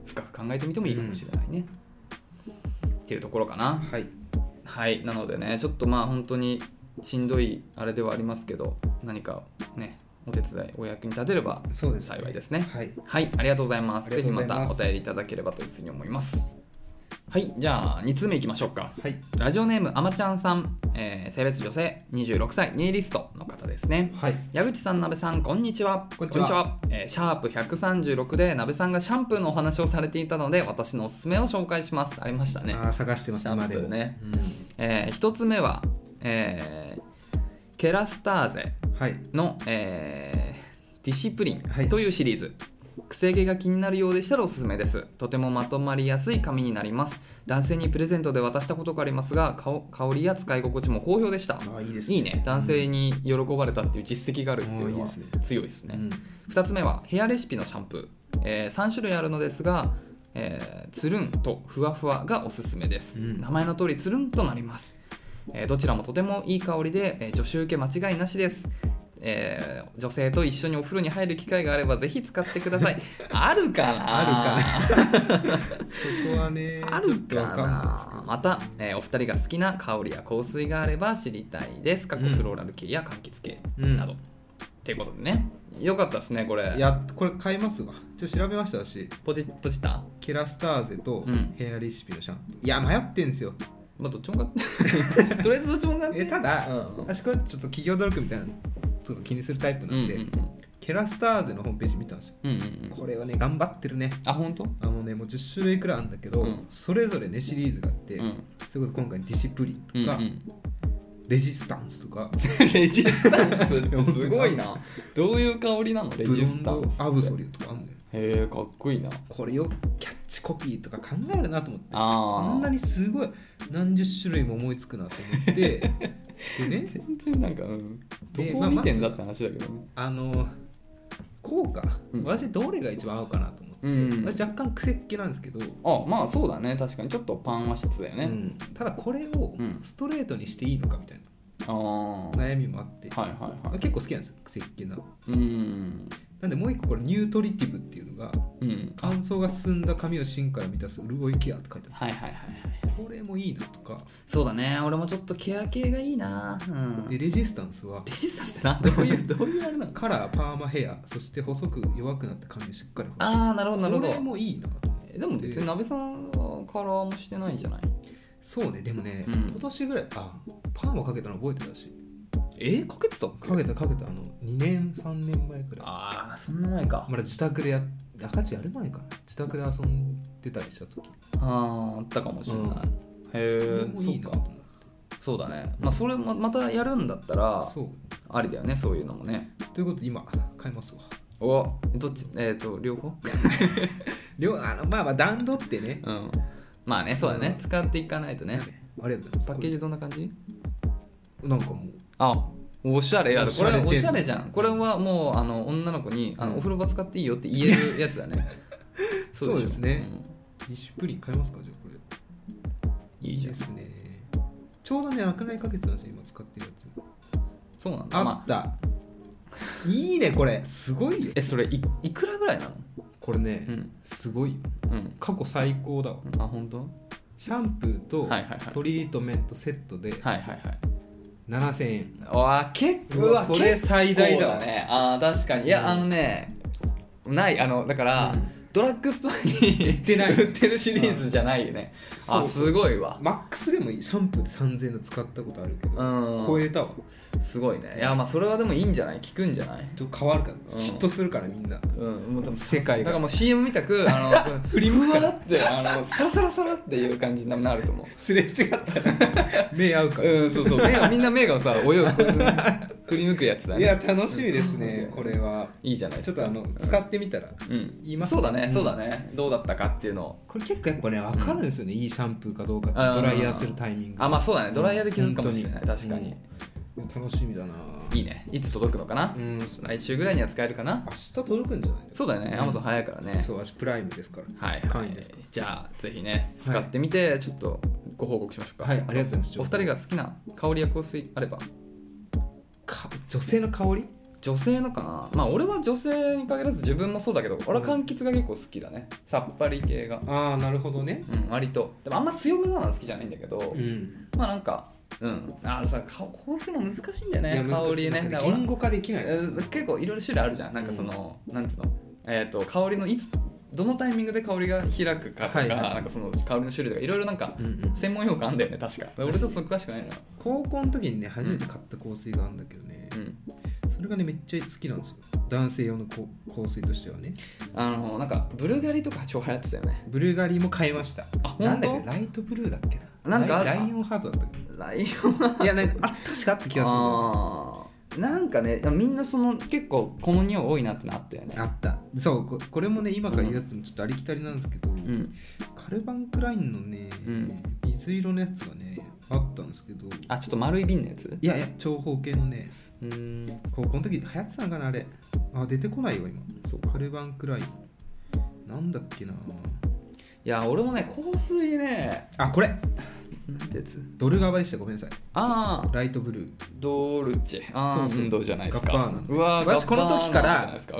Speaker 2: 深く考えてみてもいいかもしれないね、っていうところかな
Speaker 1: はい
Speaker 2: はいなのでねちょっとまあ本当にしんどいあれではありますけど何かねお手伝いお役に立てれば
Speaker 1: そうです、
Speaker 2: 幸いですね
Speaker 1: はい
Speaker 2: はい、ありがとうございます。
Speaker 1: ありが
Speaker 2: ぜひ
Speaker 1: とうご
Speaker 2: ま
Speaker 1: ざい
Speaker 2: た
Speaker 1: ます
Speaker 2: お便りいただければというふうに思います。はい、じゃあ2通目いきましょうか。
Speaker 1: はい
Speaker 2: ラジオネームあまちゃんさん、えー性別女性26歳ネイリストの方ですね。
Speaker 1: はい
Speaker 2: 矢口さん、なべさん、こんにちは。
Speaker 1: こんにちは
Speaker 2: えーシャープ136でなべさんがシャンプーのお話をされていたので、私のおすすめを紹介します。ありましたね。
Speaker 1: あー探してます
Speaker 2: シャンプー
Speaker 1: 今でも
Speaker 2: ね、
Speaker 1: う
Speaker 2: え1つ目は、えーケラスターゼ
Speaker 1: んはい
Speaker 2: の、えーディシプリ
Speaker 1: はい
Speaker 2: ンというシリーズ、癖毛が気になるようでしたらおすすめですとてもまとまりやすい紙になります男性にプレゼントで渡したことがありますが香香りや使い心地も好評でした
Speaker 1: あいいですね
Speaker 2: いいね男性に喜ばれたっていう実績があるっていうのは
Speaker 1: あーいいですね
Speaker 2: 強いですね
Speaker 1: うん
Speaker 2: 2つ目はヘアレシピのシャンプー、えー3種類あるのですが、えーつるんとふわふわがおすすめです、
Speaker 1: うん
Speaker 2: 名前の通りつるんとなります、えーどちらもとてもいい香りで、えー女子受け間違いなしですえー女性と一緒にお風呂に入る機会があればぜひ使ってくだ さいあるかな
Speaker 1: あ
Speaker 2: るか
Speaker 1: そこはね
Speaker 2: ある
Speaker 1: ち
Speaker 2: か
Speaker 1: ょっとわかんないですけ
Speaker 2: なまた、えーお二人が好きな香りや香水があれば知りたいです。過去
Speaker 1: うん
Speaker 2: フローラル系や柑橘系
Speaker 1: うん
Speaker 2: など。っていうことでね。よかったですね、これ。
Speaker 1: どいやこれ買いますわちょっと調べましたし
Speaker 2: ポチッとした
Speaker 1: ケラスターゼと
Speaker 2: うん
Speaker 1: ヘアレシピのシャンプー、いや迷ってんですよ
Speaker 2: まあ、どっちも買って。 とりあえずどっちも買って。
Speaker 1: えただ、
Speaker 2: うん
Speaker 1: 私これちょっと企業努力みたいなとか気にするタイプ
Speaker 2: う
Speaker 1: なん
Speaker 2: うんん
Speaker 1: で、
Speaker 2: うん。
Speaker 1: ケラスターゼのホームページ見たんですよ
Speaker 2: うんうんうん。
Speaker 1: これはね頑張ってるね
Speaker 2: あ、本当？
Speaker 1: あのねもう10種類くらいあるんだけど、
Speaker 2: うん
Speaker 1: それぞれねシリーズがあって、
Speaker 2: うん。
Speaker 1: それこそ今回ディシプリンと
Speaker 2: うんう
Speaker 1: か、
Speaker 2: ん、
Speaker 1: レジスタンスとか
Speaker 2: レジスタンスってすごいな。 どういう香りなのレ
Speaker 1: ブロ
Speaker 2: ジス
Speaker 1: ン
Speaker 2: タン
Speaker 1: ド
Speaker 2: スって。
Speaker 1: アブソリューとかあるんだよ
Speaker 2: へえ、かっこいいな。
Speaker 1: これよキャッチコピーとか考えるなと思って
Speaker 2: ああ。
Speaker 1: こんなにすごい何十種類も思いつくなと思 ってでね
Speaker 2: 全然なんか、うん、ど
Speaker 1: で
Speaker 2: こ
Speaker 1: ま
Speaker 2: を
Speaker 1: あ
Speaker 2: 見てん
Speaker 1: ま
Speaker 2: だっ
Speaker 1: ず
Speaker 2: て話だけどね。
Speaker 1: あのこうか、
Speaker 2: うん
Speaker 1: 私どれが一番合うかなと思って、
Speaker 2: うん
Speaker 1: 私若干癖っ気なんですけど、
Speaker 2: あまあそうだね確かにちょっとパンは質だよね、
Speaker 1: うんただこれを
Speaker 2: うん
Speaker 1: ストレートにしていいのかみたい
Speaker 2: ああはい
Speaker 1: な悩みもあって、
Speaker 2: はいはい
Speaker 1: 結構好きなんですよ癖っ気なの
Speaker 2: うん
Speaker 1: なんでもう一個これニュートリティブっていうのが
Speaker 2: うんあ
Speaker 1: 乾燥が進んだ髪を芯から満たす潤いケアって書いてあ
Speaker 2: はいはいはいはい
Speaker 1: るこれもいいなとか
Speaker 2: そうだね俺もちょっとケア系がいいな、うん、
Speaker 1: で
Speaker 2: レ
Speaker 1: レジスタンスは
Speaker 2: ジスタンスってなどういうどういうあれなの
Speaker 1: カラーパーマヘアそして細く弱くなった髪をしっかり干す
Speaker 2: ああなるほどなるほ
Speaker 1: これ
Speaker 2: ど
Speaker 1: もいいなと思って
Speaker 2: えでも別に鍋さんはカラーもしてないじゃない
Speaker 1: そうねでもね、
Speaker 2: うん
Speaker 1: 今年ぐらいあパーマかけたの覚えてたし
Speaker 2: えかけてたっ
Speaker 1: かけたかけたあの2年3年前くらい
Speaker 2: ああそんな前か
Speaker 1: まだ自宅でや赤字やる前かな自宅で遊んでたりした時
Speaker 2: あああったかもしれない、
Speaker 1: うん
Speaker 2: へ
Speaker 1: これ
Speaker 2: え
Speaker 1: も
Speaker 2: そ
Speaker 1: いい
Speaker 2: っ
Speaker 1: な
Speaker 2: か
Speaker 1: と思って
Speaker 2: そうだねまあそれもまたやるんだったら
Speaker 1: そう
Speaker 2: ありだよねそういうのもね
Speaker 1: ということで今買いますわ
Speaker 2: おどっちえっ、と両方
Speaker 1: 両あのまあまあ段取ってね
Speaker 2: うんまあねそうだね、
Speaker 1: うん
Speaker 2: 使っていかないとね
Speaker 1: ありがとうございます
Speaker 2: パッケージどんな感じ
Speaker 1: これなんかもう
Speaker 2: あおしゃれや
Speaker 1: お
Speaker 2: る
Speaker 1: し
Speaker 2: こ
Speaker 1: ゃ
Speaker 2: れ
Speaker 1: れ
Speaker 2: おしゃれじゃんこれはもうあの女の子にあの、
Speaker 1: うん
Speaker 2: お風呂場使っていいよって言えるやつだね
Speaker 1: そうですね
Speaker 2: そう
Speaker 1: ディッ
Speaker 2: でし
Speaker 1: シュプリン買いますかじゃあこれ
Speaker 2: ょうんいいじ
Speaker 1: で
Speaker 2: ゃん
Speaker 1: すねちょうどねなくなりかけてたんですよ今使ってるやつ
Speaker 2: そうなんだ
Speaker 1: あ
Speaker 2: ま
Speaker 1: っ
Speaker 2: あ、
Speaker 1: た、いいねこれすごいよ
Speaker 2: えそれいいくらぐらいなの
Speaker 1: これね、
Speaker 2: うん
Speaker 1: すごいよ
Speaker 2: うん
Speaker 1: 過去最高だわ
Speaker 2: あ本当
Speaker 1: シャンプーと
Speaker 2: はいはいはい
Speaker 1: トリートメントセットで
Speaker 2: はいはいはい
Speaker 1: 7000円
Speaker 2: わ結構
Speaker 1: うわ
Speaker 2: うわ
Speaker 1: これ最大だわ
Speaker 2: 結構ねあー確かにいや、
Speaker 1: うん
Speaker 2: あのねないあのだから、
Speaker 1: うん
Speaker 2: ドラッグストアに売
Speaker 1: てない
Speaker 2: 売ってるシリーズじゃないよね、
Speaker 1: うんそ
Speaker 2: あ
Speaker 1: うそう
Speaker 2: すごいわ
Speaker 1: マックスでもいいシャンプーで3000円の使ったことあるけど、
Speaker 2: うん
Speaker 1: 超えたわ
Speaker 2: すごいねいやまあそれはでもいいんじゃない効くんじゃない
Speaker 1: ちょっと変わるから、嫉妬するからみんな
Speaker 2: うんもう多分
Speaker 1: 世界が
Speaker 2: だからもう CM みたくあの振り向わってあのサラサラサラっていう感じになると思う
Speaker 1: すれ違った ら目合うから、
Speaker 2: うんそうそう目がみんな目がさ泳ぐ 振り向くやつだ
Speaker 1: い
Speaker 2: ね
Speaker 1: や楽しみですねこれはい
Speaker 2: いじゃないで
Speaker 1: ちょ
Speaker 2: す
Speaker 1: っ
Speaker 2: か
Speaker 1: とあの使ってみたら、
Speaker 2: うん
Speaker 1: 言います
Speaker 2: そうだね、
Speaker 1: うん
Speaker 2: そうだねどうだったかっていうのを
Speaker 1: これ結構やっぱね分かるんですよね、いいシャンプーかどうかって
Speaker 2: うん
Speaker 1: ドライヤーするタイミング
Speaker 2: あまあそうだねドライヤーで気づくかもしれない
Speaker 1: うん
Speaker 2: 確かに、
Speaker 1: うん楽しみだない
Speaker 2: いねいつ届くのかな、
Speaker 1: うん明
Speaker 2: 来週ぐらいには使えるかな
Speaker 1: 日届くんじゃない
Speaker 2: そうだよね Amazon 早いからね
Speaker 1: そう私プライムですから
Speaker 2: はい、は
Speaker 1: 会
Speaker 2: い
Speaker 1: 員ですか、
Speaker 2: じゃあぜひね使ってみてちょっとご報告しましょうか
Speaker 1: はいありがとうございます
Speaker 2: お二人が好きな香りや香水あれば
Speaker 1: か女性の香り
Speaker 2: 女性のかなまあ俺は女性に限らず自分もそうだけど俺は柑橘が結構好きだねさっぱり系が
Speaker 1: ああなるほどね
Speaker 2: うん割とでもあんま強めなのは好きじゃないんだけど、
Speaker 1: うん
Speaker 2: まあなんかうんあのさ香香水も難しいんだ
Speaker 1: いや
Speaker 2: よね香
Speaker 1: 難し
Speaker 2: り
Speaker 1: い
Speaker 2: ね
Speaker 1: なんか
Speaker 2: だから俺
Speaker 1: 言語化できない
Speaker 2: えー結構いろいろ種類あるじゃんなんかその、なんていうのえっ、と香りのいつどのタイミングで香りが開くかとか、
Speaker 1: はいはい
Speaker 2: なんかその香りの種類とかいろいろなんか
Speaker 1: うんうん
Speaker 2: 専門用語あんだよね確か俺ちょっとそこ詳しくないな
Speaker 1: 高校の時にね初めて買った香水があるんだけどね
Speaker 2: う、ん
Speaker 1: それがねめっちゃ好きなんですよ男性用の香香水としてはね
Speaker 2: あのなんかブルガリとか超流行ってたよね
Speaker 1: ブルガリも買いました
Speaker 2: あ
Speaker 1: なんだっ
Speaker 2: 本
Speaker 1: け
Speaker 2: 当
Speaker 1: ライトブルーだっけな
Speaker 2: なんかある
Speaker 1: ライライオンハートだったっ
Speaker 2: ライオン
Speaker 1: けいやねあ確かあった気がするんだよ
Speaker 2: あなんかねみんなその結構この匂い多いなってのあったよね
Speaker 1: あったそうここれもね今から言うやつもちょっとありきたりなんですけど、
Speaker 2: うん
Speaker 1: カルバンクラインのね、
Speaker 2: うん
Speaker 1: 水色のやつがねあったんですけど
Speaker 2: あちょっと丸い瓶のやつ
Speaker 1: いやいや長方形のね
Speaker 2: うーん
Speaker 1: 高校の時流行ってたんかなあれあ出てこないよ今
Speaker 2: そう
Speaker 1: カルバンクラインなんだっけない
Speaker 2: や俺もね香水ね
Speaker 1: あこれ
Speaker 2: なんてやつ
Speaker 1: ドルガバでしたごめんなさい
Speaker 2: ああ
Speaker 1: ライトブルー
Speaker 2: ドルチェあ
Speaker 1: そ
Speaker 2: ー
Speaker 1: うそう
Speaker 2: うんどうじゃないですか
Speaker 1: ガッパーナの
Speaker 2: うわー
Speaker 1: 私この時から
Speaker 2: ガッパーナじゃないですか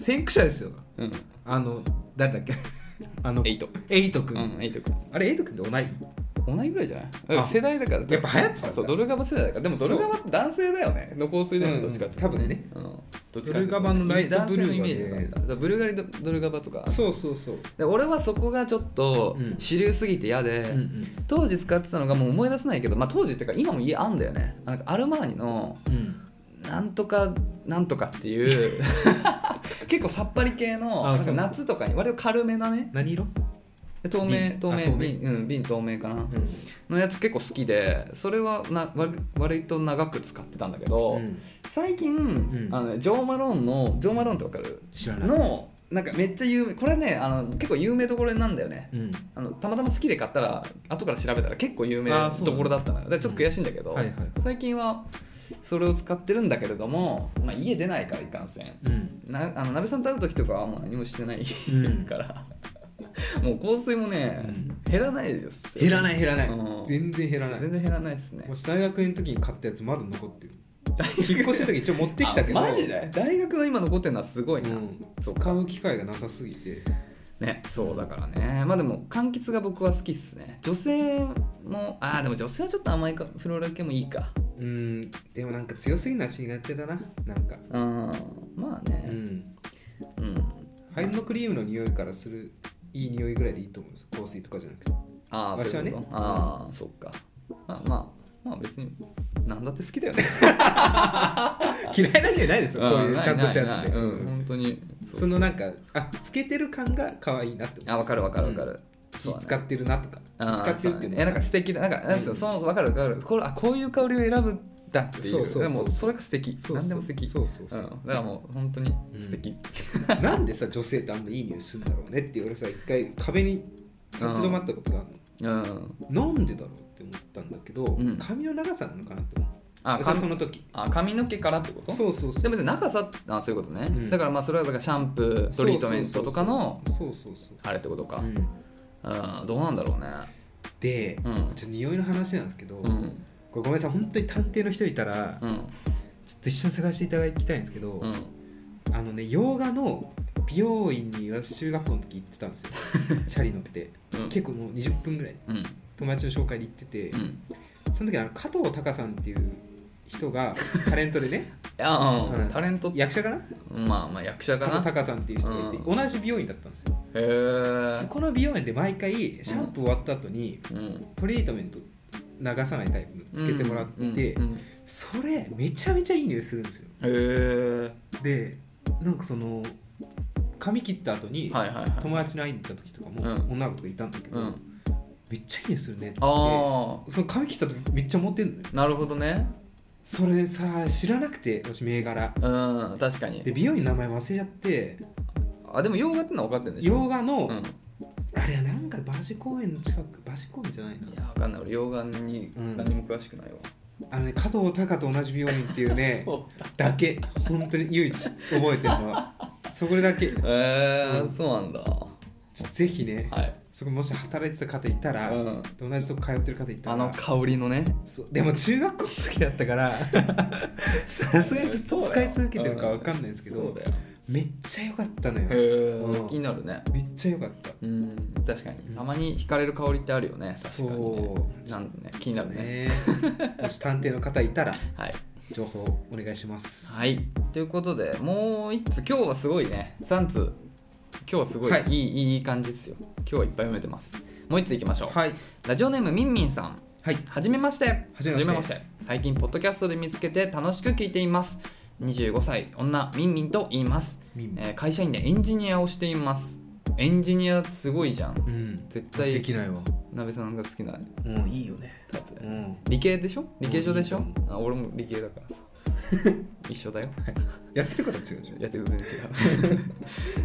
Speaker 1: 先駆者ですよ
Speaker 2: うんうん
Speaker 1: あの誰だっけ あの
Speaker 2: エイト
Speaker 1: エイト
Speaker 2: う
Speaker 1: 君、
Speaker 2: んエイト君
Speaker 1: あれエイト君って同い
Speaker 2: 同じぐらいじゃない
Speaker 1: あ
Speaker 2: 世代だから
Speaker 1: やっぱ流行ってたんだ
Speaker 2: そうドルガバ世代だからでもドルガバって男性だよねの香水だよね
Speaker 1: うん
Speaker 2: ど
Speaker 1: うん
Speaker 2: っちかっていう
Speaker 1: 多
Speaker 2: と
Speaker 1: 分ね
Speaker 2: うんどっちかっていうと
Speaker 1: ドルガバのライトブルーはね
Speaker 2: 男性のイメージだからだからブルガリドドルガバとか
Speaker 1: そうそうそう、
Speaker 2: で俺はそこがちょっと
Speaker 1: うん
Speaker 2: 主流すぎて嫌で、
Speaker 1: うんうん
Speaker 2: 当時使ってたのがもう思い出せないけど、まあ、当時っていうか今も家あんだよねなんかアルマーニの
Speaker 1: うん、
Speaker 2: なんとかなんとかっていう 結構さっぱり系の
Speaker 1: あ
Speaker 2: なん
Speaker 1: そ
Speaker 2: か
Speaker 1: う
Speaker 2: 夏とかに割と軽めなね
Speaker 1: 何色、
Speaker 2: で透明
Speaker 1: 瓶
Speaker 2: 透
Speaker 1: あ
Speaker 2: 明
Speaker 1: 透明
Speaker 2: 瓶うん瓶透明かな、
Speaker 1: うん
Speaker 2: のやつ結構好きでそれはなわ割と長く使ってたんだけど、最近、
Speaker 1: ん
Speaker 2: あのねジョー・マローンのジョー・マローンってわかる
Speaker 1: 知らない、
Speaker 2: のなんかめっちゃ有名これねあの結構有名どころなんだよね
Speaker 1: うん、
Speaker 2: あのたまたま好きで買ったら後から調べたら結構有名
Speaker 1: あ
Speaker 2: な
Speaker 1: ーそう
Speaker 2: ところだったのよだからちょっと悔しいんだけど、
Speaker 1: はいはい
Speaker 2: 最近はそれを使ってるんだけれども、まあ、家出ないからいかんせん
Speaker 1: うん
Speaker 2: なあの鍋さんと会う時とかはもう何もしてない
Speaker 1: うん
Speaker 2: から、 もう香水もね、減らないですよ
Speaker 1: 減らない減らない
Speaker 2: うん
Speaker 1: 全然減らない
Speaker 2: 全然減らないですね
Speaker 1: 私大学の時に買ったやつまだ残ってる引っ越しの時一応持ってきたけど
Speaker 2: あマジで大学の今残ってるのはすごいな、
Speaker 1: うん、
Speaker 2: そうか
Speaker 1: 使う機会がなさすぎて
Speaker 2: ねそうだからねまあでも柑橘が僕は好きっすね女性もああでも女性はちょっと甘いかフローラ系もいいか
Speaker 1: うんでもなんか強すぎるのは苦手だななんか
Speaker 2: うんまあ
Speaker 1: う
Speaker 2: ね
Speaker 1: ん
Speaker 2: うん
Speaker 1: ハイドのクリームの匂いからするいい匂いぐらいでいいと思うんです香水とかじゃなくて
Speaker 2: ああ
Speaker 1: わし
Speaker 2: そう
Speaker 1: は
Speaker 2: いう
Speaker 1: ね
Speaker 2: ことああそっかまあまあまあ別に何だって好きだよね
Speaker 1: 嫌いな匂いないですよこういうちゃんとしたやつ
Speaker 2: な
Speaker 1: で
Speaker 2: いないない
Speaker 1: うん
Speaker 2: うん本当にそう
Speaker 1: そのなんかあつけてる感が可愛いなって思う
Speaker 2: あわかるわかるわか
Speaker 1: うん
Speaker 2: る、そうだ
Speaker 1: 気
Speaker 2: ね
Speaker 1: 使ってるなとか気
Speaker 2: あー
Speaker 1: 使ってるっていう
Speaker 2: そうだね
Speaker 1: の
Speaker 2: いやなんか素敵だなんかなんですよ、
Speaker 1: うん
Speaker 2: その分かる分かるこれあこういう香りを選ぶんだっていう
Speaker 1: そうそうそう
Speaker 2: でもそれが素敵
Speaker 1: そうそう
Speaker 2: 何でも素敵、
Speaker 1: そうそうそうん
Speaker 2: だからもう本当に素敵、
Speaker 1: なんでさ女性ってあんないい匂いするんだろうねって俺さ一回壁に立ち止まったことがある
Speaker 2: うん、
Speaker 1: のなんでだろうって思ったんだけど、
Speaker 2: ん
Speaker 1: 髪の長さなのかなって思う
Speaker 2: あ
Speaker 1: 俺さ
Speaker 2: 髪
Speaker 1: その時
Speaker 2: あ髪の毛からってこと
Speaker 1: そうそうそう
Speaker 2: でも別に長さあそういうことね、
Speaker 1: うん
Speaker 2: だからまあそれはだからシャンプートリートメントとかの
Speaker 1: そうそうそう
Speaker 2: あれってことか
Speaker 1: そう、うん
Speaker 2: うん、どうなんだろうね
Speaker 1: で、
Speaker 2: うん
Speaker 1: ちょっと匂いの話なんですけど、
Speaker 2: う
Speaker 1: こ
Speaker 2: ん
Speaker 1: れごめんなさい本当に探偵の人いたら、
Speaker 2: うん
Speaker 1: ちょっと一緒に探していただきたいんですけど、
Speaker 2: うん
Speaker 1: あのね洋画の美容院に私中学校の時行ってたん ですよチャリ乗って
Speaker 2: うん
Speaker 1: 結構もう20分ぐらい
Speaker 2: うん
Speaker 1: 友達の紹介で行ってて、
Speaker 2: うん
Speaker 1: その時あの加藤隆さんっていう人が タレントでね
Speaker 2: いやうん
Speaker 1: うん
Speaker 2: タレント
Speaker 1: 役者かな
Speaker 2: まあまあ役者か
Speaker 1: 加藤
Speaker 2: なへ
Speaker 1: 隆さんっていう人がいて、
Speaker 2: う
Speaker 1: 同じ美容院だったんですよ、
Speaker 2: え
Speaker 1: そこの美容院で毎回シャンプー終わった後に
Speaker 2: うん
Speaker 1: トリートメント流さないタイプのつけてもらって、
Speaker 2: うんうんうん
Speaker 1: それめちゃめちゃいい匂いするんですよ
Speaker 2: へ
Speaker 1: でなんかその髪切った後
Speaker 2: え
Speaker 1: に、
Speaker 2: はいはいはい
Speaker 1: 友達に会いに行った時とかも、
Speaker 2: うん
Speaker 1: 女の子とかいたんだけど、
Speaker 2: うん
Speaker 1: めっちゃいい匂いするねって言って
Speaker 2: あ
Speaker 1: その髪切った時めっちゃ持ってんのよ
Speaker 2: あなるほどね
Speaker 1: それさ知らなくて私銘柄
Speaker 2: うん確か
Speaker 1: で
Speaker 2: に
Speaker 1: 美容院の名前忘れちゃって
Speaker 2: あでも洋画ってのは分かってるんでしょ
Speaker 1: 洋画の、
Speaker 2: うんい
Speaker 1: あれはなんかバジ公園の近くバジ公園じゃないな
Speaker 2: や分かんない俺洋画に何も詳しくないわ
Speaker 1: あのね加藤隆と同じ美容院っていう ねだけ本当に唯一覚えてるのはそこだけ
Speaker 2: へえ
Speaker 1: うん
Speaker 2: そうなんだは
Speaker 1: ぜひね
Speaker 2: い
Speaker 1: そこもし働いてた方いたら、
Speaker 2: うん
Speaker 1: 同じとこ通ってる方いたら
Speaker 2: あの香りのね
Speaker 1: そうでも中学校の時だったから さすがにずっと使い続けてるかわかんないですけ
Speaker 2: そう
Speaker 1: ど
Speaker 2: だよ
Speaker 1: めっちゃ良かったのよ
Speaker 2: へ
Speaker 1: う
Speaker 2: え
Speaker 1: ん
Speaker 2: 気になるね
Speaker 1: めっちゃ良かった
Speaker 2: うん確かにたまに惹かれる香りってあるよね確かにね
Speaker 1: そう
Speaker 2: なんでね気になるね
Speaker 1: ね もし探偵の方いたら
Speaker 2: はい
Speaker 1: 情報お願いします
Speaker 2: はいということでもう1つ今日はすごいね3つ今日はすごい、
Speaker 1: はいい、
Speaker 2: いいいい感じですよ今日はいっぱい読めてますもう1ついきましょう、
Speaker 1: はい
Speaker 2: ラジオネームみんみんさん
Speaker 1: はい
Speaker 2: はじめましては
Speaker 1: じめまして
Speaker 2: 最近ポッドキャストで見つけて楽しく聞いています25歳女みんみんと言います、
Speaker 1: みんみん
Speaker 2: えー会社員でエンジニアをしていますエンジニアすごいじゃん
Speaker 1: うん
Speaker 2: 絶対
Speaker 1: できないわ
Speaker 2: 鍋さんが好きな
Speaker 1: うんいいよね
Speaker 2: タイプだ
Speaker 1: う
Speaker 2: よ
Speaker 1: ん
Speaker 2: 理系でしょ理系上でしょ
Speaker 1: うんいいと
Speaker 2: あ俺も理系だからさ 一緒だよ
Speaker 1: やってることは違うでしょ
Speaker 2: いや全然違う、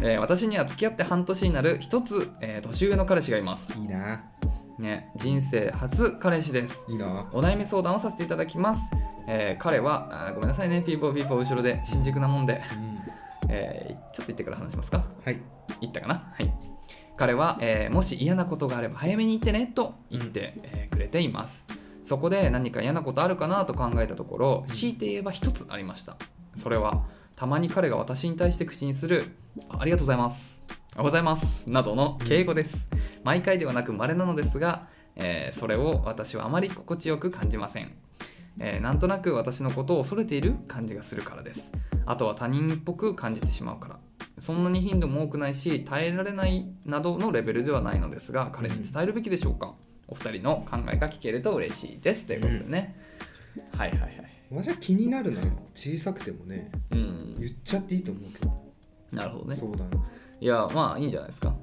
Speaker 2: えー私には付き合って半年になる一つ、えー年上の彼氏がいます
Speaker 1: いいな
Speaker 2: ね人生初彼氏です
Speaker 1: いいな
Speaker 2: お悩み相談をさせていただきます、えー彼はあーごめんなさいねピーポーピーポー後ろで新宿なもんで、
Speaker 1: うん
Speaker 2: えーちょっと行ってから話しますか
Speaker 1: はい
Speaker 2: 言ったかなはい彼は、えーもし嫌なことがあれば早めに言ってねと言って、えーくれていますそこで何か嫌なことあるかなと考えたところ強いて言えば一つありましたそれはたまに彼が私に対して口にする「あありがとうございます」「おはようございます」などの敬語です毎回ではなく稀なのですが、えーそれを私はあまり心地よく感じませんえーなんとなく私のことを恐れている感じがするからですあとは他人っぽく感じてしまうからそんなに頻度も多くないし耐えられないなどのレベルではないのですが彼に伝えるべきでしょうか、お二人の考えが聞けると嬉しいですということでね、はいはいはい
Speaker 1: 私は気になるな小さくてもね
Speaker 2: うん
Speaker 1: 言っちゃっていいと思うけど
Speaker 2: なるほどね
Speaker 1: そうだない
Speaker 2: やまあいいんじゃないですか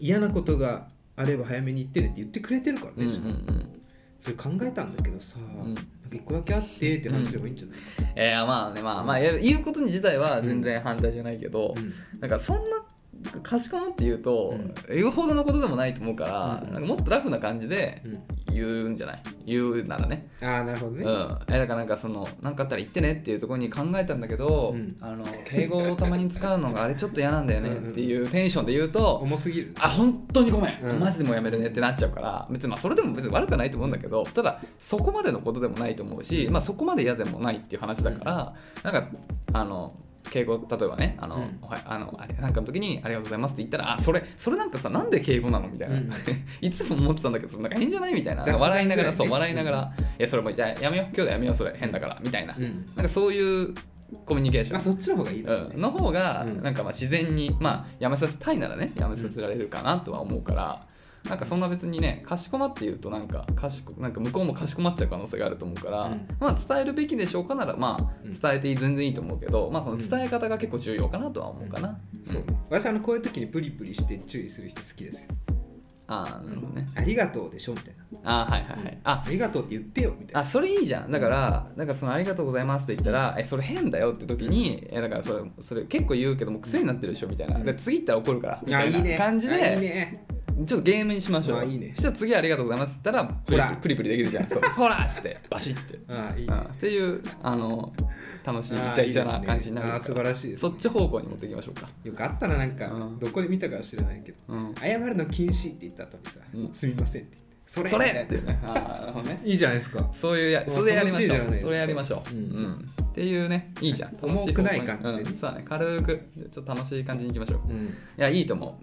Speaker 1: 嫌なことがあれば早めに言ってねって言ってくれてるから
Speaker 2: うん
Speaker 1: ね、
Speaker 2: うんうん
Speaker 1: それ考えたんだけどさ、
Speaker 2: ん
Speaker 1: なんか一個だけあってって話すればいいんじゃない、
Speaker 2: いやまあねまあまあいや言うことに自体は全然反対じゃないけど、
Speaker 1: うん
Speaker 2: なんかそんなかしこまって言うと、
Speaker 1: うん
Speaker 2: 言うほどのことでもないと思うから、
Speaker 1: うん
Speaker 2: なんかもっとラフな感じで
Speaker 1: うん
Speaker 2: 言うんじゃない言うならね
Speaker 1: ああなるほど
Speaker 2: う
Speaker 1: ね、
Speaker 2: ん、えだからなんかその何かあったら言ってねっていうところに考えたんだけど、
Speaker 1: うん
Speaker 2: あの敬語をたまに使うのがあれちょっと嫌なんだよねっていうテンションで言うと、
Speaker 1: 重すぎる
Speaker 2: あ本当にごめん、
Speaker 1: うん
Speaker 2: マジでもうやめるねってなっちゃうから別にまあそれでも別に悪くはないと思うんだけどただそこまでのことでもないと思うし、まあ、そこまで嫌でもないっていう話だから、なんかあの敬語例えばねあの、
Speaker 1: うん
Speaker 2: おはあのあれなんかの時に「ありがとうございます」って言ったら「あそれそれなんかさなんで敬語なの?」みたいな、
Speaker 1: うん
Speaker 2: いつも思ってたんだけどそれなんか変じゃないみたいな
Speaker 1: 雑談
Speaker 2: 笑いながら
Speaker 1: ぐらいね
Speaker 2: そう笑いながら「いやそれもうじゃあやめよう今日でやめようそれ変だから」みたいな、
Speaker 1: うん
Speaker 2: なんかそういうコミュニケーション
Speaker 1: まあそっちの方がいいだろうね、
Speaker 2: うん、の方が
Speaker 1: うん
Speaker 2: なんかまあ自然に、まあ、やめさせたいならねやめさせられるかなとは思うから、なんかそんな別にねかしこまって言うとなんかかしこなんか向こうもかしこまっちゃう可能性があると思うから、
Speaker 1: うん
Speaker 2: まあ、伝えるべきでしょうかなら、まあ、
Speaker 1: うん
Speaker 2: 伝えて全然いいと思うけど、まあ、その伝え方が結構重要かなとは思うかな。
Speaker 1: そうね私あのこういう時にプリプリして注意する人好きですよ
Speaker 2: あーなるほどね。
Speaker 1: ありがとうでしょみたいな
Speaker 2: あーはいはいはい。あ
Speaker 1: ありがとうって言ってよみたいな
Speaker 2: あそれいいじゃんだからだからその「ありがとうございます」って言ったら「えそれ変だよ」って時に「えだからそれそれ結構言うけどもう癖になってるでしょ」みたいな
Speaker 1: う
Speaker 2: 「
Speaker 1: ん
Speaker 2: で次行ったら怒るから」み
Speaker 1: あ
Speaker 2: た
Speaker 1: いい
Speaker 2: い
Speaker 1: ね
Speaker 2: な感じで
Speaker 1: あいいね
Speaker 2: ちょっとゲームにしましょうよ。
Speaker 1: あいいね
Speaker 2: そしたら次ありがとうございますって言ったら、プ
Speaker 1: ほ
Speaker 2: リ
Speaker 1: ら
Speaker 2: プリプリプリできるじゃん。 そうほらっつって、バシッて。
Speaker 1: あいい
Speaker 2: うん
Speaker 1: ね
Speaker 2: っていう、あの、楽しい、イチ
Speaker 1: あ
Speaker 2: ャイチャな感じになる
Speaker 1: いいですねあ素晴らしいです
Speaker 2: そっち方向に持っていきましょうか。
Speaker 1: よくあったらなんか
Speaker 2: うん
Speaker 1: どこで見たかは知らないけど
Speaker 2: うん。
Speaker 1: 謝るの禁止って言った後にさ
Speaker 2: うん
Speaker 1: すみませんって言ってそれ
Speaker 2: それ
Speaker 1: みたい
Speaker 2: っていうね。あーなるほどね
Speaker 1: な。いいじゃないですか
Speaker 2: そういうや、
Speaker 1: うん
Speaker 2: それやりま
Speaker 1: 楽しい
Speaker 2: し
Speaker 1: じ
Speaker 2: ょ
Speaker 1: ゃないです
Speaker 2: う。
Speaker 1: か
Speaker 2: それやりましょう。
Speaker 1: う
Speaker 2: う
Speaker 1: ん
Speaker 2: ん。っていうね、いいじゃん。楽しい方向に
Speaker 1: 重くない感じでね
Speaker 2: うんそうだね。軽く、ちょっと楽しい感じにいきましょ
Speaker 1: う
Speaker 2: う。
Speaker 1: ん
Speaker 2: いや、いいと思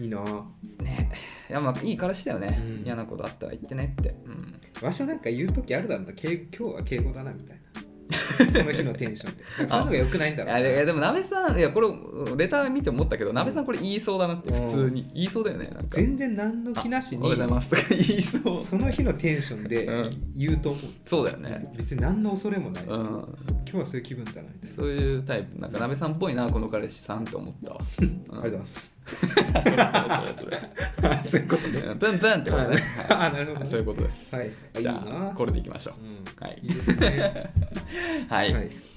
Speaker 1: いいなぁ
Speaker 2: う。ね。いや、まあ、いい彼氏だよね
Speaker 1: う。ん
Speaker 2: 嫌なことあったら言ってねって。うん。
Speaker 1: わしはなんか言う時あるだろうな敬今日は敬語だなみたい なその日のテンションでなんかそういうのがよくないんだろう
Speaker 2: あ
Speaker 1: な
Speaker 2: れいやでも、なべさん、いや、これ、レター見て思ったけど、なべさん、これ言いそうだなっ
Speaker 1: う
Speaker 2: て、
Speaker 1: ん
Speaker 2: 普通に。言いそうだよね、なんか。
Speaker 1: 全然何の気なし
Speaker 2: あおは
Speaker 1: に
Speaker 2: ようござい ますとか言いそう。
Speaker 1: その日のテンションで
Speaker 2: うん
Speaker 1: 言うと思う、
Speaker 2: そうだよね。
Speaker 1: 別に何の恐れもない、
Speaker 2: う
Speaker 1: 今
Speaker 2: ん。
Speaker 1: 日はそういう気分だなみたいな、
Speaker 2: そういうタイプ、なんか、なべさんっぽいな、この彼氏さんって 思ったわ。
Speaker 1: ありがとうございます
Speaker 2: ます。 それそれそ
Speaker 1: あそういうことね
Speaker 2: れうん。プンプンってことね。は
Speaker 1: あなるほ
Speaker 2: い
Speaker 1: ど
Speaker 2: そういうことです。
Speaker 1: はい
Speaker 2: じ
Speaker 1: いい
Speaker 2: ゃ
Speaker 1: な
Speaker 2: あ、これでいきましょ
Speaker 1: うん
Speaker 2: う。はい
Speaker 1: い。いですね
Speaker 2: は。
Speaker 1: はいい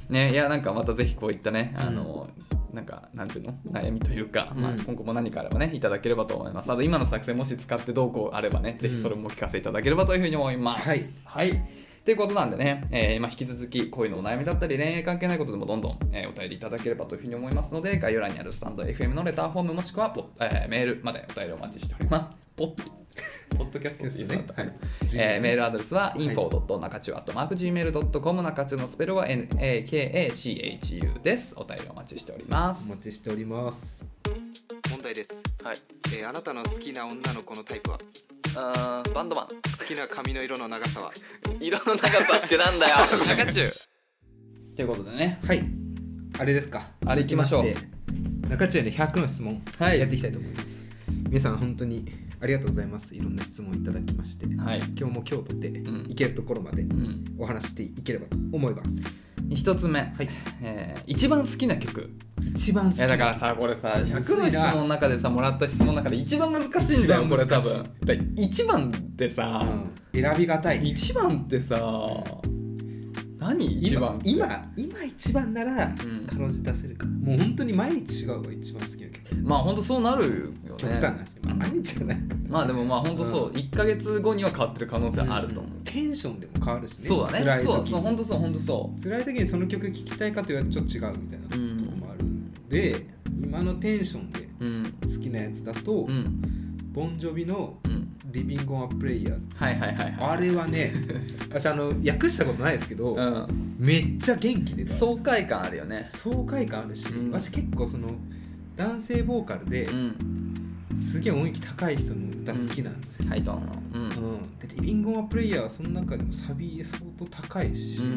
Speaker 2: ね、いやなんかまたぜひこういったね
Speaker 1: うん
Speaker 2: あの、なんかなんていうの悩みというか、まあ
Speaker 1: う、ん
Speaker 2: 今後も何かあればねいただければと思いますあと今の作戦もし使ってどうこうあればね、ぜひそれもお聞かせいただければというふうに思います
Speaker 1: はい、
Speaker 2: はいということなんでね、えーまあ、引き続き恋のお悩みだったり恋愛関係ないことでもどんどん、えーお便りいただければというふうに思いますので概要欄にあるスタンド FM のレターフォームもしくはポッ、えーメールまでお便りお待ちしておりますポッポッドキャストって言いそうだった
Speaker 1: ですね
Speaker 2: えーメールアドレスは
Speaker 1: はい
Speaker 2: info.nakachu.gmail.com 中中のスペルは nakachu です。お便りお待ちしておりま
Speaker 1: お
Speaker 2: す。
Speaker 1: 待ちしております問題です、
Speaker 2: はい。
Speaker 1: えーあなたの好きな女の子のタイプは
Speaker 2: あーバンドマン。
Speaker 1: 好きな髪の色の長さは
Speaker 2: 色の長さってなんだよ。 中中。ということでね。
Speaker 1: はいあれですか
Speaker 2: あれ行きましょう
Speaker 1: 続きして中中への100の質問、
Speaker 2: はい
Speaker 1: やっていきたいと思います皆さん本当にありがとうございますいろんな質問いただきまして今
Speaker 2: はい。
Speaker 1: 日も今日とって
Speaker 2: ん
Speaker 1: いけるところまで
Speaker 2: うん。
Speaker 1: お話ししていければと思います、
Speaker 2: 一つ目。
Speaker 1: はい
Speaker 2: えー一番好きな曲。
Speaker 1: 一番好
Speaker 2: い
Speaker 1: き
Speaker 2: やだからさこれさ100
Speaker 1: むずいな
Speaker 2: の質問の中でさもらった質問の中で一番難しいんだよ
Speaker 1: 一
Speaker 2: こ
Speaker 1: 番
Speaker 2: れ多
Speaker 1: 難しい
Speaker 2: 分だ1番ってさ、
Speaker 1: うん選びがたいね
Speaker 2: 一番ってさ何一番
Speaker 1: 今今今一番なら
Speaker 2: ん
Speaker 1: かろうじて出せるか、もう本当に毎日違うが一番好きだけど
Speaker 2: まあほんとそうなるよね
Speaker 1: 極端な話、まあ、毎日じゃないか
Speaker 2: まあでもまあほんとそう、一1か月後には変わってる可能性はあると思う、
Speaker 1: テンションでも変わるしね
Speaker 2: そうだね
Speaker 1: 辛い時
Speaker 2: そうそうほんとそうほんとそ
Speaker 1: 辛い時にその曲聴きたいかと言われるとちょっと違うみたいなと
Speaker 2: ううん
Speaker 1: こもあるんで今のテンションで
Speaker 2: うん
Speaker 1: 好きなやつだと、
Speaker 2: うん
Speaker 1: ボンジョビの
Speaker 2: うん
Speaker 1: 「リビング・オン・ア・プレイヤー」
Speaker 2: はいはいはいはい
Speaker 1: あれは ね私あの訳したことないですけど、
Speaker 2: うん、
Speaker 1: めっちゃ元気出た
Speaker 2: 爽快感あるよね
Speaker 1: 爽快感あるし、
Speaker 2: うん
Speaker 1: 私結構その男性ボーカルで
Speaker 2: うん
Speaker 1: すげえ音域高い人の歌好きなんですよ、
Speaker 2: ハイトーンの
Speaker 1: うんでリビング・オン・ア・プレイヤーはその中でもサビ相当高いし、
Speaker 2: うん、う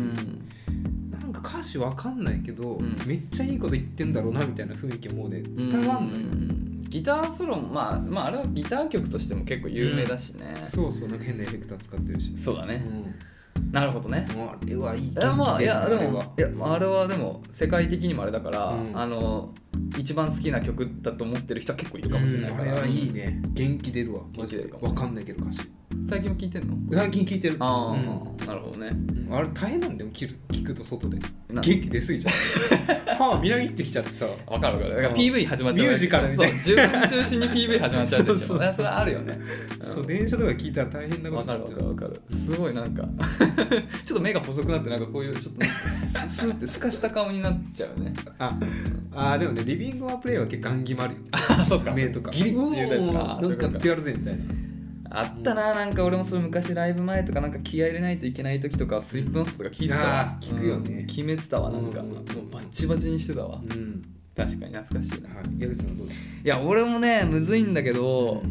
Speaker 2: ん
Speaker 1: なんか歌詞わかんないけど、
Speaker 2: うん
Speaker 1: めっちゃいいこと言ってんだろうなみたいな雰囲気もうね伝わんのよ、
Speaker 2: うんギターソロもまあまああれはギター曲としても結構有名だしね、
Speaker 1: そうそうなんか変なエフェクター使ってるし、
Speaker 2: そうだ
Speaker 1: う
Speaker 2: ね、
Speaker 1: ん、
Speaker 2: なるほどね
Speaker 1: もうあれはいい
Speaker 2: いやまあいやで
Speaker 1: あれ
Speaker 2: も
Speaker 1: はい
Speaker 2: やあれはでも世界的にもあれだから、
Speaker 1: うん
Speaker 2: あの一番好きな曲だと思ってる人は結構いるかもしれない
Speaker 1: うん
Speaker 2: か
Speaker 1: あれ
Speaker 2: ら、
Speaker 1: はいいね元気出るわマジ
Speaker 2: 元気出る
Speaker 1: で
Speaker 2: かも
Speaker 1: わかんないけど歌詞
Speaker 2: 最近も聴いてんの
Speaker 1: 最近聴いてる
Speaker 2: ああ、
Speaker 1: うん
Speaker 2: なるほどね
Speaker 1: あれ大変なんだよ聞く聞くと外で
Speaker 2: な
Speaker 1: 元気出すぎちゃ う歯みなぎってきちゃってさ
Speaker 2: わかるわかるだから
Speaker 1: うん
Speaker 2: PV 始まっちゃう
Speaker 1: ミュージカルみたいな
Speaker 2: そう10分中心に PV 始まっちゃうでしょ
Speaker 1: そうそうそう
Speaker 2: ねそれあるよねうん
Speaker 1: そう電車とか聞いたら大変なこ
Speaker 2: わ
Speaker 1: とに
Speaker 2: か
Speaker 1: な
Speaker 2: る
Speaker 1: っ
Speaker 2: わ
Speaker 1: ち
Speaker 2: か
Speaker 1: ゃ
Speaker 2: るわ
Speaker 1: う
Speaker 2: かるすごいなんか ちょっと目が細くなってなんかこういうちょっとなんかススーってすかした顔になっちゃうね
Speaker 1: ああーでもねリビング・ア・プレイは結構ガン決まるよ
Speaker 2: あ そっか
Speaker 1: 目とか
Speaker 2: ギリッて言うタイプ
Speaker 1: う
Speaker 2: か
Speaker 1: おーなんかやってやるぜみたいな
Speaker 2: あったななんか俺もそれ昔ライブ前とかなんか気合い入れないといけない時とかスリップノットとか聞いてたわ
Speaker 1: あー聞くよね
Speaker 2: うん決めてたわなんか、
Speaker 1: うん
Speaker 2: もうバッチバチにしてたわ、
Speaker 1: うん
Speaker 2: 確かに懐かしいな
Speaker 1: はい矢口さんはどうです
Speaker 2: いや俺もねむずいんだけど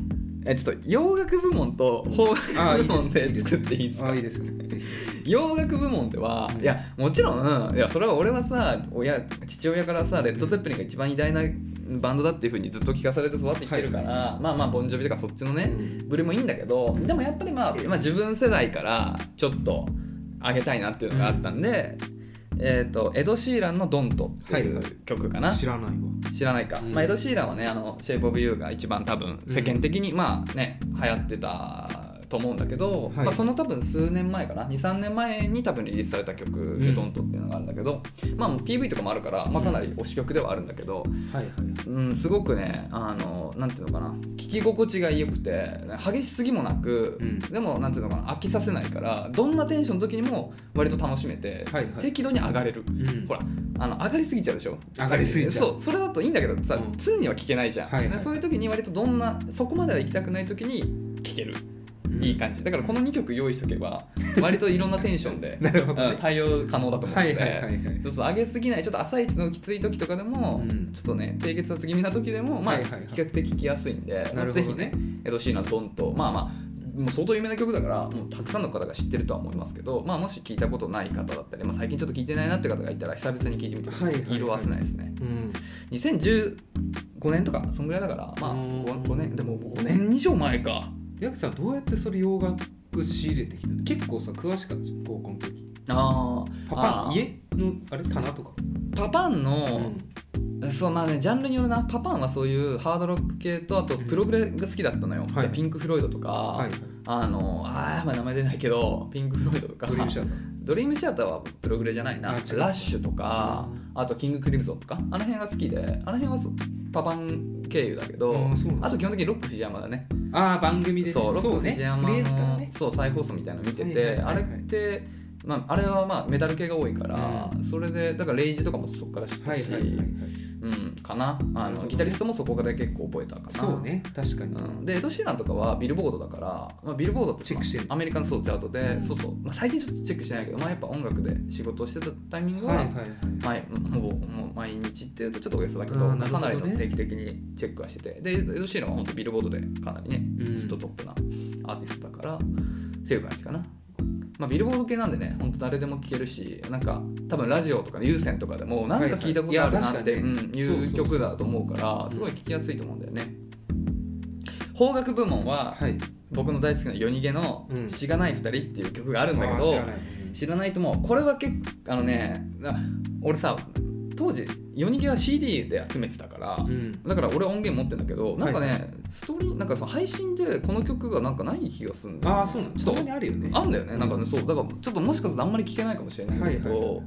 Speaker 2: えちょっと洋楽部門と邦
Speaker 1: あ
Speaker 2: 楽
Speaker 1: ーい
Speaker 2: 部門
Speaker 1: いです
Speaker 2: で作っていいです
Speaker 1: か
Speaker 2: か
Speaker 1: あーいいですよぜひ
Speaker 2: 洋楽部門では、
Speaker 1: うん
Speaker 2: いやもちろんいやそれは俺はさ親父親からさレッド・ゼッペリンが一番偉大なバンドだっていうふうにずっと聞かされて育ってきてるから、まあまあボンジョビとかそっちのね、
Speaker 1: うん
Speaker 2: ブレもいいんだけどでもやっぱり、まあ、まあ自分世代からちょっと上げたいなっていうのがあったんで、えっ、とエド・シーランの「ドント」ってい
Speaker 1: はいう
Speaker 2: 曲かな、
Speaker 1: 知らないわ
Speaker 2: 知らないか、
Speaker 1: うん
Speaker 2: まあ、エド・シーランはね「あのシェイプ・オブ・ユー」が一番多分世間的に、まあね流行ってたと思うんだけど、
Speaker 1: はい
Speaker 2: まあ、その多分数年前かな23年前に多分リリースされた曲で
Speaker 1: う
Speaker 2: 「
Speaker 1: ん
Speaker 2: ドント」っていうのがあるんだけど、まあもう PV とかもあるから、まあ、かなり推し曲ではあるんだけ
Speaker 1: は
Speaker 2: ど、
Speaker 1: いはい
Speaker 2: うん、すごくねあのなんていうのかな聞き心地が良くて激しすぎもなく、
Speaker 1: うん
Speaker 2: でもなんていうのかな飽きさせないからどんなテンションの時にも割と楽しめて、
Speaker 1: はいはい
Speaker 2: 適度に上がれる、
Speaker 1: うん
Speaker 2: ほらあの上がりすぎちゃうでしょ
Speaker 1: 上がりすぎちゃう
Speaker 2: そうそれだといいんだけどさ、
Speaker 1: うん
Speaker 2: 常には聞けないじゃん、
Speaker 1: はいはいはい
Speaker 2: でそういう時に割とどんなそこまでは行きたくない時に聞ける、
Speaker 1: うん
Speaker 2: いい感じだからこの2曲用意しとけば割といろんなテンション で
Speaker 1: なるほどね
Speaker 2: うん対応可能だと思うの
Speaker 1: は
Speaker 2: で、
Speaker 1: いはいはいはい
Speaker 2: そうそう上げすぎないちょっと朝一のきつい時とかでも、
Speaker 1: うん
Speaker 2: ちょっとね低血圧気味な時でも、まあ
Speaker 1: はいはいはい
Speaker 2: 比較的聞きやすいんで、
Speaker 1: なるほどね
Speaker 2: ぜひねエド・シーランドンとまあまあもう相当有名な曲だからもうたくさんの方が知ってるとは思いますけど、まあ、もし聞いたことない方だったり、まあ、最近ちょっと聞いてないなって方がいたら久々に聞いてみてください,、
Speaker 1: はいはいはい
Speaker 2: 色褪せないですね
Speaker 1: うん
Speaker 2: 2015年とかそんぐらいだからまあ
Speaker 1: うん
Speaker 2: 5, 年でも5年以上前か
Speaker 1: 矢口さんどうやってそれ洋楽仕入れてきたの結構さ詳しかったじゃん高校の時
Speaker 2: あ
Speaker 1: パパ
Speaker 2: あー
Speaker 1: 家のあれ棚とか
Speaker 2: ーパパン
Speaker 1: う
Speaker 2: の、そうまあねジャンルによるなパパンはそういうハードロック系とあとプログレが好きだったのよ、
Speaker 1: はい
Speaker 2: でピンク・フロイドとか、
Speaker 1: はい
Speaker 2: あのあーまあ名前出ないけどピンク・フロイドとか
Speaker 1: ドリームシャータ
Speaker 2: ドリームシアターはプログレじゃないな
Speaker 1: あ
Speaker 2: ラ
Speaker 1: 違う
Speaker 2: ッシュとかあとキング・クリムゾンとかあの辺が好きであの辺はそうパパン経由だけど
Speaker 1: あそうなんだ
Speaker 2: あと基本的にロック・フィジヤマだね
Speaker 1: ああ番組でね
Speaker 2: そうロック・フィ
Speaker 1: ねフ
Speaker 2: ジ
Speaker 1: レ
Speaker 2: ヤマ
Speaker 1: ーズから
Speaker 2: の
Speaker 1: ね
Speaker 2: そう再放送みたいなの見て
Speaker 1: はいは
Speaker 2: て
Speaker 1: いは
Speaker 2: あ
Speaker 1: いは
Speaker 2: れ
Speaker 1: い
Speaker 2: ってまああれはまあメタル系が多いからそれでだからレイジとかもそこから知った
Speaker 1: はい
Speaker 2: し
Speaker 1: はいはいはい
Speaker 2: うん、かなあ
Speaker 1: なるほ
Speaker 2: の
Speaker 1: ど
Speaker 2: ギタリストもそこで結構覚えたかな
Speaker 1: そう、ね確かに
Speaker 2: うん、でエド・シーランとかはビルボードだから、まあ、ビルボードって
Speaker 1: チェックしてる
Speaker 2: アメリカのそうチャートで、
Speaker 1: うん
Speaker 2: そうそう、まあ、最近ちょっとチェックしてないけど、まあ、やっぱ音楽で仕事をしてたタイミングは、
Speaker 1: はいはいはい
Speaker 2: まあほぼもう毎日っていうとちょっとおよそだけど
Speaker 1: あーなる
Speaker 2: か
Speaker 1: ほど
Speaker 2: な
Speaker 1: ね
Speaker 2: りの定期的にチェックはしててでエド・シーランは本当ビルボードでかなりね、
Speaker 1: うん
Speaker 2: ずっとトップなアーティストだからっていう感じかな、まあ、ビルボード系なんでね本当誰でも聴けるしなんか多分ラジオとかね有線とかでもなんか聞いたことあるなって
Speaker 1: はいはいいや確かにね
Speaker 2: うんい
Speaker 1: そうそう
Speaker 2: う
Speaker 1: そう
Speaker 2: 曲だと思うからすごい聞きやすいと思うんだよね邦楽部門は
Speaker 1: はい
Speaker 2: 僕の大好きな「夜逃げ」の
Speaker 1: う
Speaker 2: 「
Speaker 1: ん
Speaker 2: しがない二人」っていう曲があるんだけ
Speaker 1: あー
Speaker 2: ど、
Speaker 1: 知らない
Speaker 2: 知らないともうこれは結構あのねな俺さ当時夜逃げは CD で集めてたから、
Speaker 1: うん
Speaker 2: だから俺は音源持ってんだけどなんかね、
Speaker 1: は
Speaker 2: ストーリーなんかその配信でこの曲がなんかない気がするんだよね
Speaker 1: ああそうなん
Speaker 2: ちょっと
Speaker 1: たまにあるよね
Speaker 2: あんだよねなんかねそうだからちょっともしかするとあんまり聞けないかもしれないけど、
Speaker 1: はいは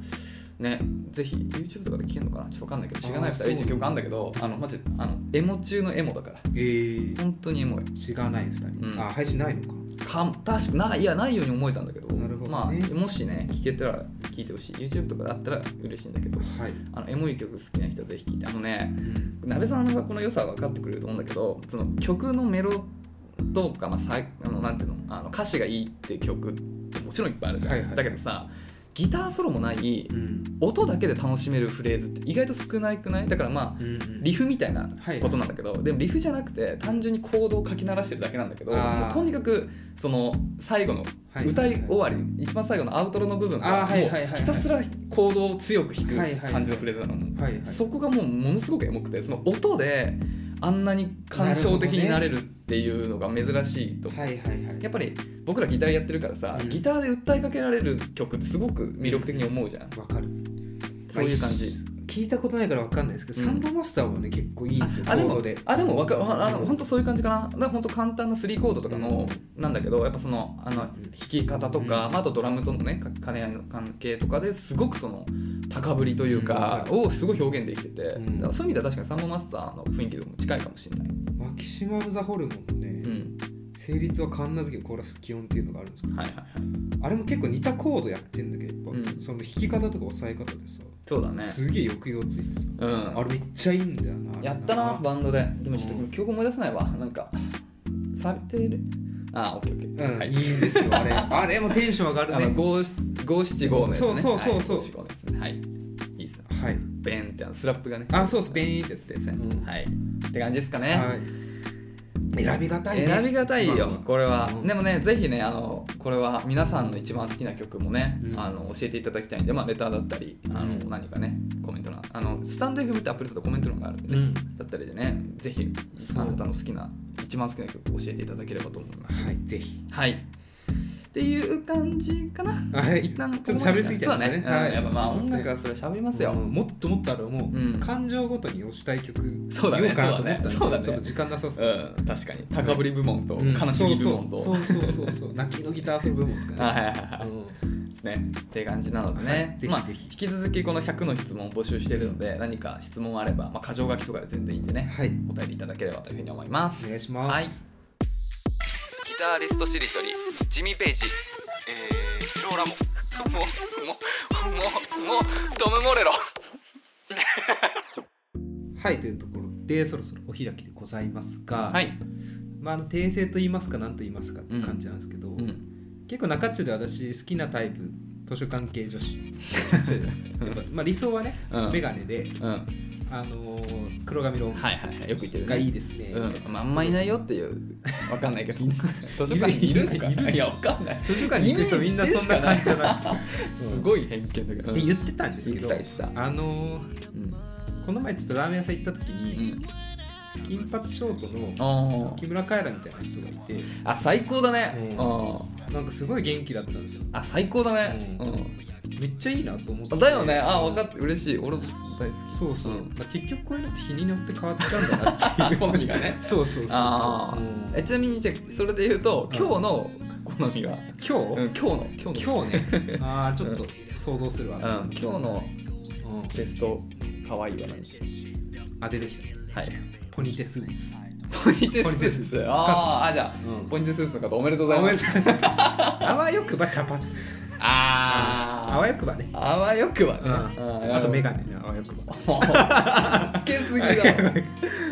Speaker 2: ねぜひ YouTube とかで聞けるのかなちょっとわかんないけど知らな
Speaker 1: あー
Speaker 2: い2人
Speaker 1: そう
Speaker 2: っていう曲あんだけどあのマジであのエモ中のエモだから
Speaker 1: えー、
Speaker 2: 本当にエモい
Speaker 1: 違がない2人、
Speaker 2: うん
Speaker 1: あ配信ないのか
Speaker 2: か確かないいやないように思えたんだけど
Speaker 1: なるほどね
Speaker 2: まあ、もしね聞けたら聞いてほしい YouTube とかだったら嬉しいんだけど
Speaker 1: はい、
Speaker 2: あのエモい曲好きな人はぜひ聞いてあのね鍋さんがこの良さは分かってくれると思うんだけどその曲のメロとか、まあ、さいあのなんていうのあの歌詞がいいって曲ってもちろんいっぱいあるじゃん、
Speaker 1: はいはい
Speaker 2: だけどさギターソロもない
Speaker 1: うん
Speaker 2: 音だけで楽しめるフレーズって意外と少ないくないだからまあ
Speaker 1: うん
Speaker 2: リフみたいな
Speaker 1: はい
Speaker 2: ことなんだけど、でもリフじゃなくて単純にコードを書き鳴らしてるだけなんだけど
Speaker 1: あー
Speaker 2: もうとにかくその最後の
Speaker 1: はい
Speaker 2: 歌い終わり一番最後のアウトロの部分
Speaker 1: あ
Speaker 2: が
Speaker 1: ーはい
Speaker 2: もう
Speaker 1: はいはいはい
Speaker 2: ひたすらコードを強く弾
Speaker 1: はいはいは
Speaker 2: く
Speaker 1: い
Speaker 2: 感じのフレーズなのもう
Speaker 1: はいはい
Speaker 2: そこがもうものすごくエモくてその音であんなに感傷的になれるっていうのが珍しいと思う、
Speaker 1: はいはいはい
Speaker 2: やっぱり僕らギターやってるからさ、
Speaker 1: うん
Speaker 2: ギターで訴えかけられる曲ってすごく魅力的に思うじゃん、
Speaker 1: わかる
Speaker 2: そういう感じ、
Speaker 1: 聞いたことないからわかんないですけど、
Speaker 2: うん
Speaker 1: サンボマスターもね結構いいんですよ
Speaker 2: あで
Speaker 1: コー
Speaker 2: も
Speaker 1: ドで
Speaker 2: あでもわかああの本当そういう感じかなだから本当簡単な3コードとかの、なんだけどやっぱそのあの弾き方とか、まああとドラムとのねか兼ね合いの関係とかですごくその高ぶりという
Speaker 1: うんわ
Speaker 2: か
Speaker 1: か、る
Speaker 2: をすごい表現できてて、
Speaker 1: うん
Speaker 2: だからそういう意味では確かにサンボマスターの雰囲気でも近いかもしれない、
Speaker 1: マキシマム・ザ・ホルモンのね、
Speaker 2: うん、
Speaker 1: 成立は神奈月をコーラス基本っていうのがあるんですけど
Speaker 2: はいはいはい
Speaker 1: あれも結構似たコードやってんだけどやっぱ、
Speaker 2: うん
Speaker 1: その弾き方とか押さえ方でさ、
Speaker 2: そうだね
Speaker 1: すげえ抑揚ついてさ
Speaker 2: うん
Speaker 1: あれめっちゃいいんだよな
Speaker 2: やったなバンドででもちょっ
Speaker 1: う
Speaker 2: と記憶思い出せないわなんかサビてるあオッケーオッケー、
Speaker 1: うん、、
Speaker 2: はいい
Speaker 1: いんですよあれあれもテンション上がる
Speaker 2: あの
Speaker 1: ね
Speaker 2: 五五七五のやつね。
Speaker 1: そうそうそうそう
Speaker 2: はい五七五のやつね。はい。いいっすね。
Speaker 1: はい
Speaker 2: ベンってあのスラップがね。
Speaker 1: あそうそうベーン
Speaker 2: ってやつですね。
Speaker 1: うん
Speaker 2: はい。って感じですかね。
Speaker 1: はい選びがたい、ね、
Speaker 2: 選びがたいよ
Speaker 1: 一番は
Speaker 2: これは、
Speaker 1: うん
Speaker 2: でもねぜひねあのこれは皆さんの一番好きな曲もね、
Speaker 1: うん
Speaker 2: あの教えていただきたいんで、まあ、レターだったりあの、
Speaker 1: うん
Speaker 2: 何かねコメント欄あのスタンド FM ってアプリだとコメント欄があるんでね、
Speaker 1: うん
Speaker 2: だったりでねぜひ
Speaker 1: そう
Speaker 2: あなたの好きな一番好きな曲を教えていただければと思います
Speaker 1: はいぜひ
Speaker 2: はいっていう感じかな
Speaker 1: はい
Speaker 2: 一旦
Speaker 1: ちょっと喋りすぎちゃいましたね
Speaker 2: そうだね、
Speaker 1: は
Speaker 2: うん
Speaker 1: い
Speaker 2: やっぱまあ
Speaker 1: すいませ
Speaker 2: 音
Speaker 1: ん
Speaker 2: 楽はそれ喋りますよ、
Speaker 1: うんもっともっとあるもう、
Speaker 2: うん
Speaker 1: 感情ごとに推したい曲
Speaker 2: そうだね
Speaker 1: 言おうかなと思ったんですけ
Speaker 2: そう
Speaker 1: ど
Speaker 2: だね
Speaker 1: ちょっと時間なさそう
Speaker 2: うん、確かに高ぶり部門と
Speaker 1: うん
Speaker 2: 悲しみ部門と、
Speaker 1: そうそうそうそうそう そう泣きのギター遊ぶ部門と
Speaker 2: はい
Speaker 1: か
Speaker 2: はいはい
Speaker 1: ね、
Speaker 2: はい
Speaker 1: うん
Speaker 2: ねっていう感じなのでね、
Speaker 1: はいぜひ
Speaker 2: まあ、
Speaker 1: ぜひ
Speaker 2: 引き続きこの100の質問を募集しているので何か質問あれば、まあ、箇条書きとかで全然いいんでね
Speaker 1: はい
Speaker 2: お便りいただければというふうに思います
Speaker 1: お願いします
Speaker 2: はい、ギタリストしりとりジミー・ペイジえー、ローラモもうもうもうもうトム・モレロ
Speaker 1: はいというところでそろそろお開きでございますが、
Speaker 2: はい、
Speaker 1: まあ、あの訂正と言いますか何と言いますかっていう感じなんですけど、
Speaker 2: うん、
Speaker 1: 結構中中で私好きなタイプ図書関係 女子やっぱまあ理想はね、
Speaker 2: うん
Speaker 1: メガネで、
Speaker 2: うん、はい
Speaker 1: あのー黒髪ロング
Speaker 2: はいはいよく言ってるね
Speaker 1: がいいですね、
Speaker 2: うん、まああんまいないよっていう、わかんないけど、 図書館にい
Speaker 1: い
Speaker 2: る
Speaker 1: る
Speaker 2: のか
Speaker 1: いるいる
Speaker 2: いや、わかんない。
Speaker 1: 図書館に行く人みんなそんな感じじゃなくて
Speaker 2: すごい偏見だけど。
Speaker 1: って言ってたんですけど、
Speaker 2: 言ってた言って
Speaker 1: あのー
Speaker 2: うん
Speaker 1: この前ちょっとラーメン屋さん行った時
Speaker 2: う
Speaker 1: に、
Speaker 2: ん
Speaker 1: 金髪ショートの
Speaker 2: あ
Speaker 1: 木村カエラみたいな人がいて
Speaker 2: ーあ、最高だね。
Speaker 1: うん
Speaker 2: うん
Speaker 1: なんかすごい元気だったんですよ
Speaker 2: あ、最高だね。
Speaker 1: うん
Speaker 2: う
Speaker 1: めっちゃいいなと思って
Speaker 2: んだよね。あ、分かって嬉しい。俺も大好
Speaker 1: そうそう、
Speaker 2: うん
Speaker 1: まあ、結局こういうのって日によって変わっちゃうんだなって い
Speaker 2: き。
Speaker 1: う
Speaker 2: 好みがね。
Speaker 1: そうそうそう
Speaker 2: あ
Speaker 1: そううん
Speaker 2: ーえちなみにじゃあそれで言うと今日の好み
Speaker 1: 今
Speaker 2: は、う
Speaker 1: 日、
Speaker 2: ん、今日の今日の
Speaker 1: 今日ねああちょっと想像するわ、
Speaker 2: うん、今日の
Speaker 1: うん
Speaker 2: ベスト可愛いは何
Speaker 1: あ出てきた
Speaker 2: はい
Speaker 1: ポニテスーツ
Speaker 2: ポニテスーツ
Speaker 1: ポニテスーツ
Speaker 2: あーあじゃあ、
Speaker 1: うん
Speaker 2: ポニテスーツの方おめでとうございます
Speaker 1: ごめんなさい あわよくば茶髪あ
Speaker 2: あ
Speaker 1: わよくばね
Speaker 2: ああわよくはね、
Speaker 1: うん
Speaker 2: ー
Speaker 1: あとメガネねあわよくば
Speaker 2: もうつけすぎだろじゃ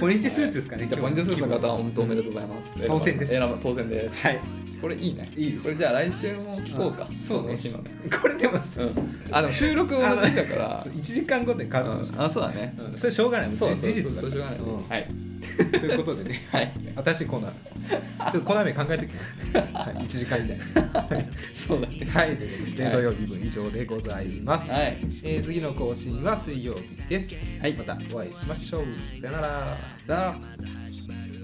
Speaker 1: ポニテスーツですかね
Speaker 2: あポニテスーツの方は本当おめでとうございます
Speaker 1: 当選です
Speaker 2: 選ば当選です
Speaker 1: はい
Speaker 2: これいいね
Speaker 1: いいです
Speaker 2: これじゃあ来週も聞こうか、
Speaker 1: うんそうね
Speaker 2: その日のね
Speaker 1: これでもさ、
Speaker 2: うんあでも収録同じだから
Speaker 1: 1時間後で変わるかもし
Speaker 2: うんあそうだね
Speaker 1: れない、うんそれしょうがないもう
Speaker 2: そうそう
Speaker 1: 事実だ
Speaker 2: そうしょうがないね、
Speaker 1: うん
Speaker 2: はい
Speaker 1: ということでね
Speaker 2: はい
Speaker 1: 新しいコーナーちょっとコーナー名考えておきますね、はい、1時間以内はい
Speaker 2: そうだ ね
Speaker 1: はい、ということで、
Speaker 2: はい
Speaker 1: 土曜日分以上でございます。
Speaker 2: はい
Speaker 1: えー次の更新は水曜日です。
Speaker 2: はい
Speaker 1: またお会いしましょう。さよなら。
Speaker 2: さよなら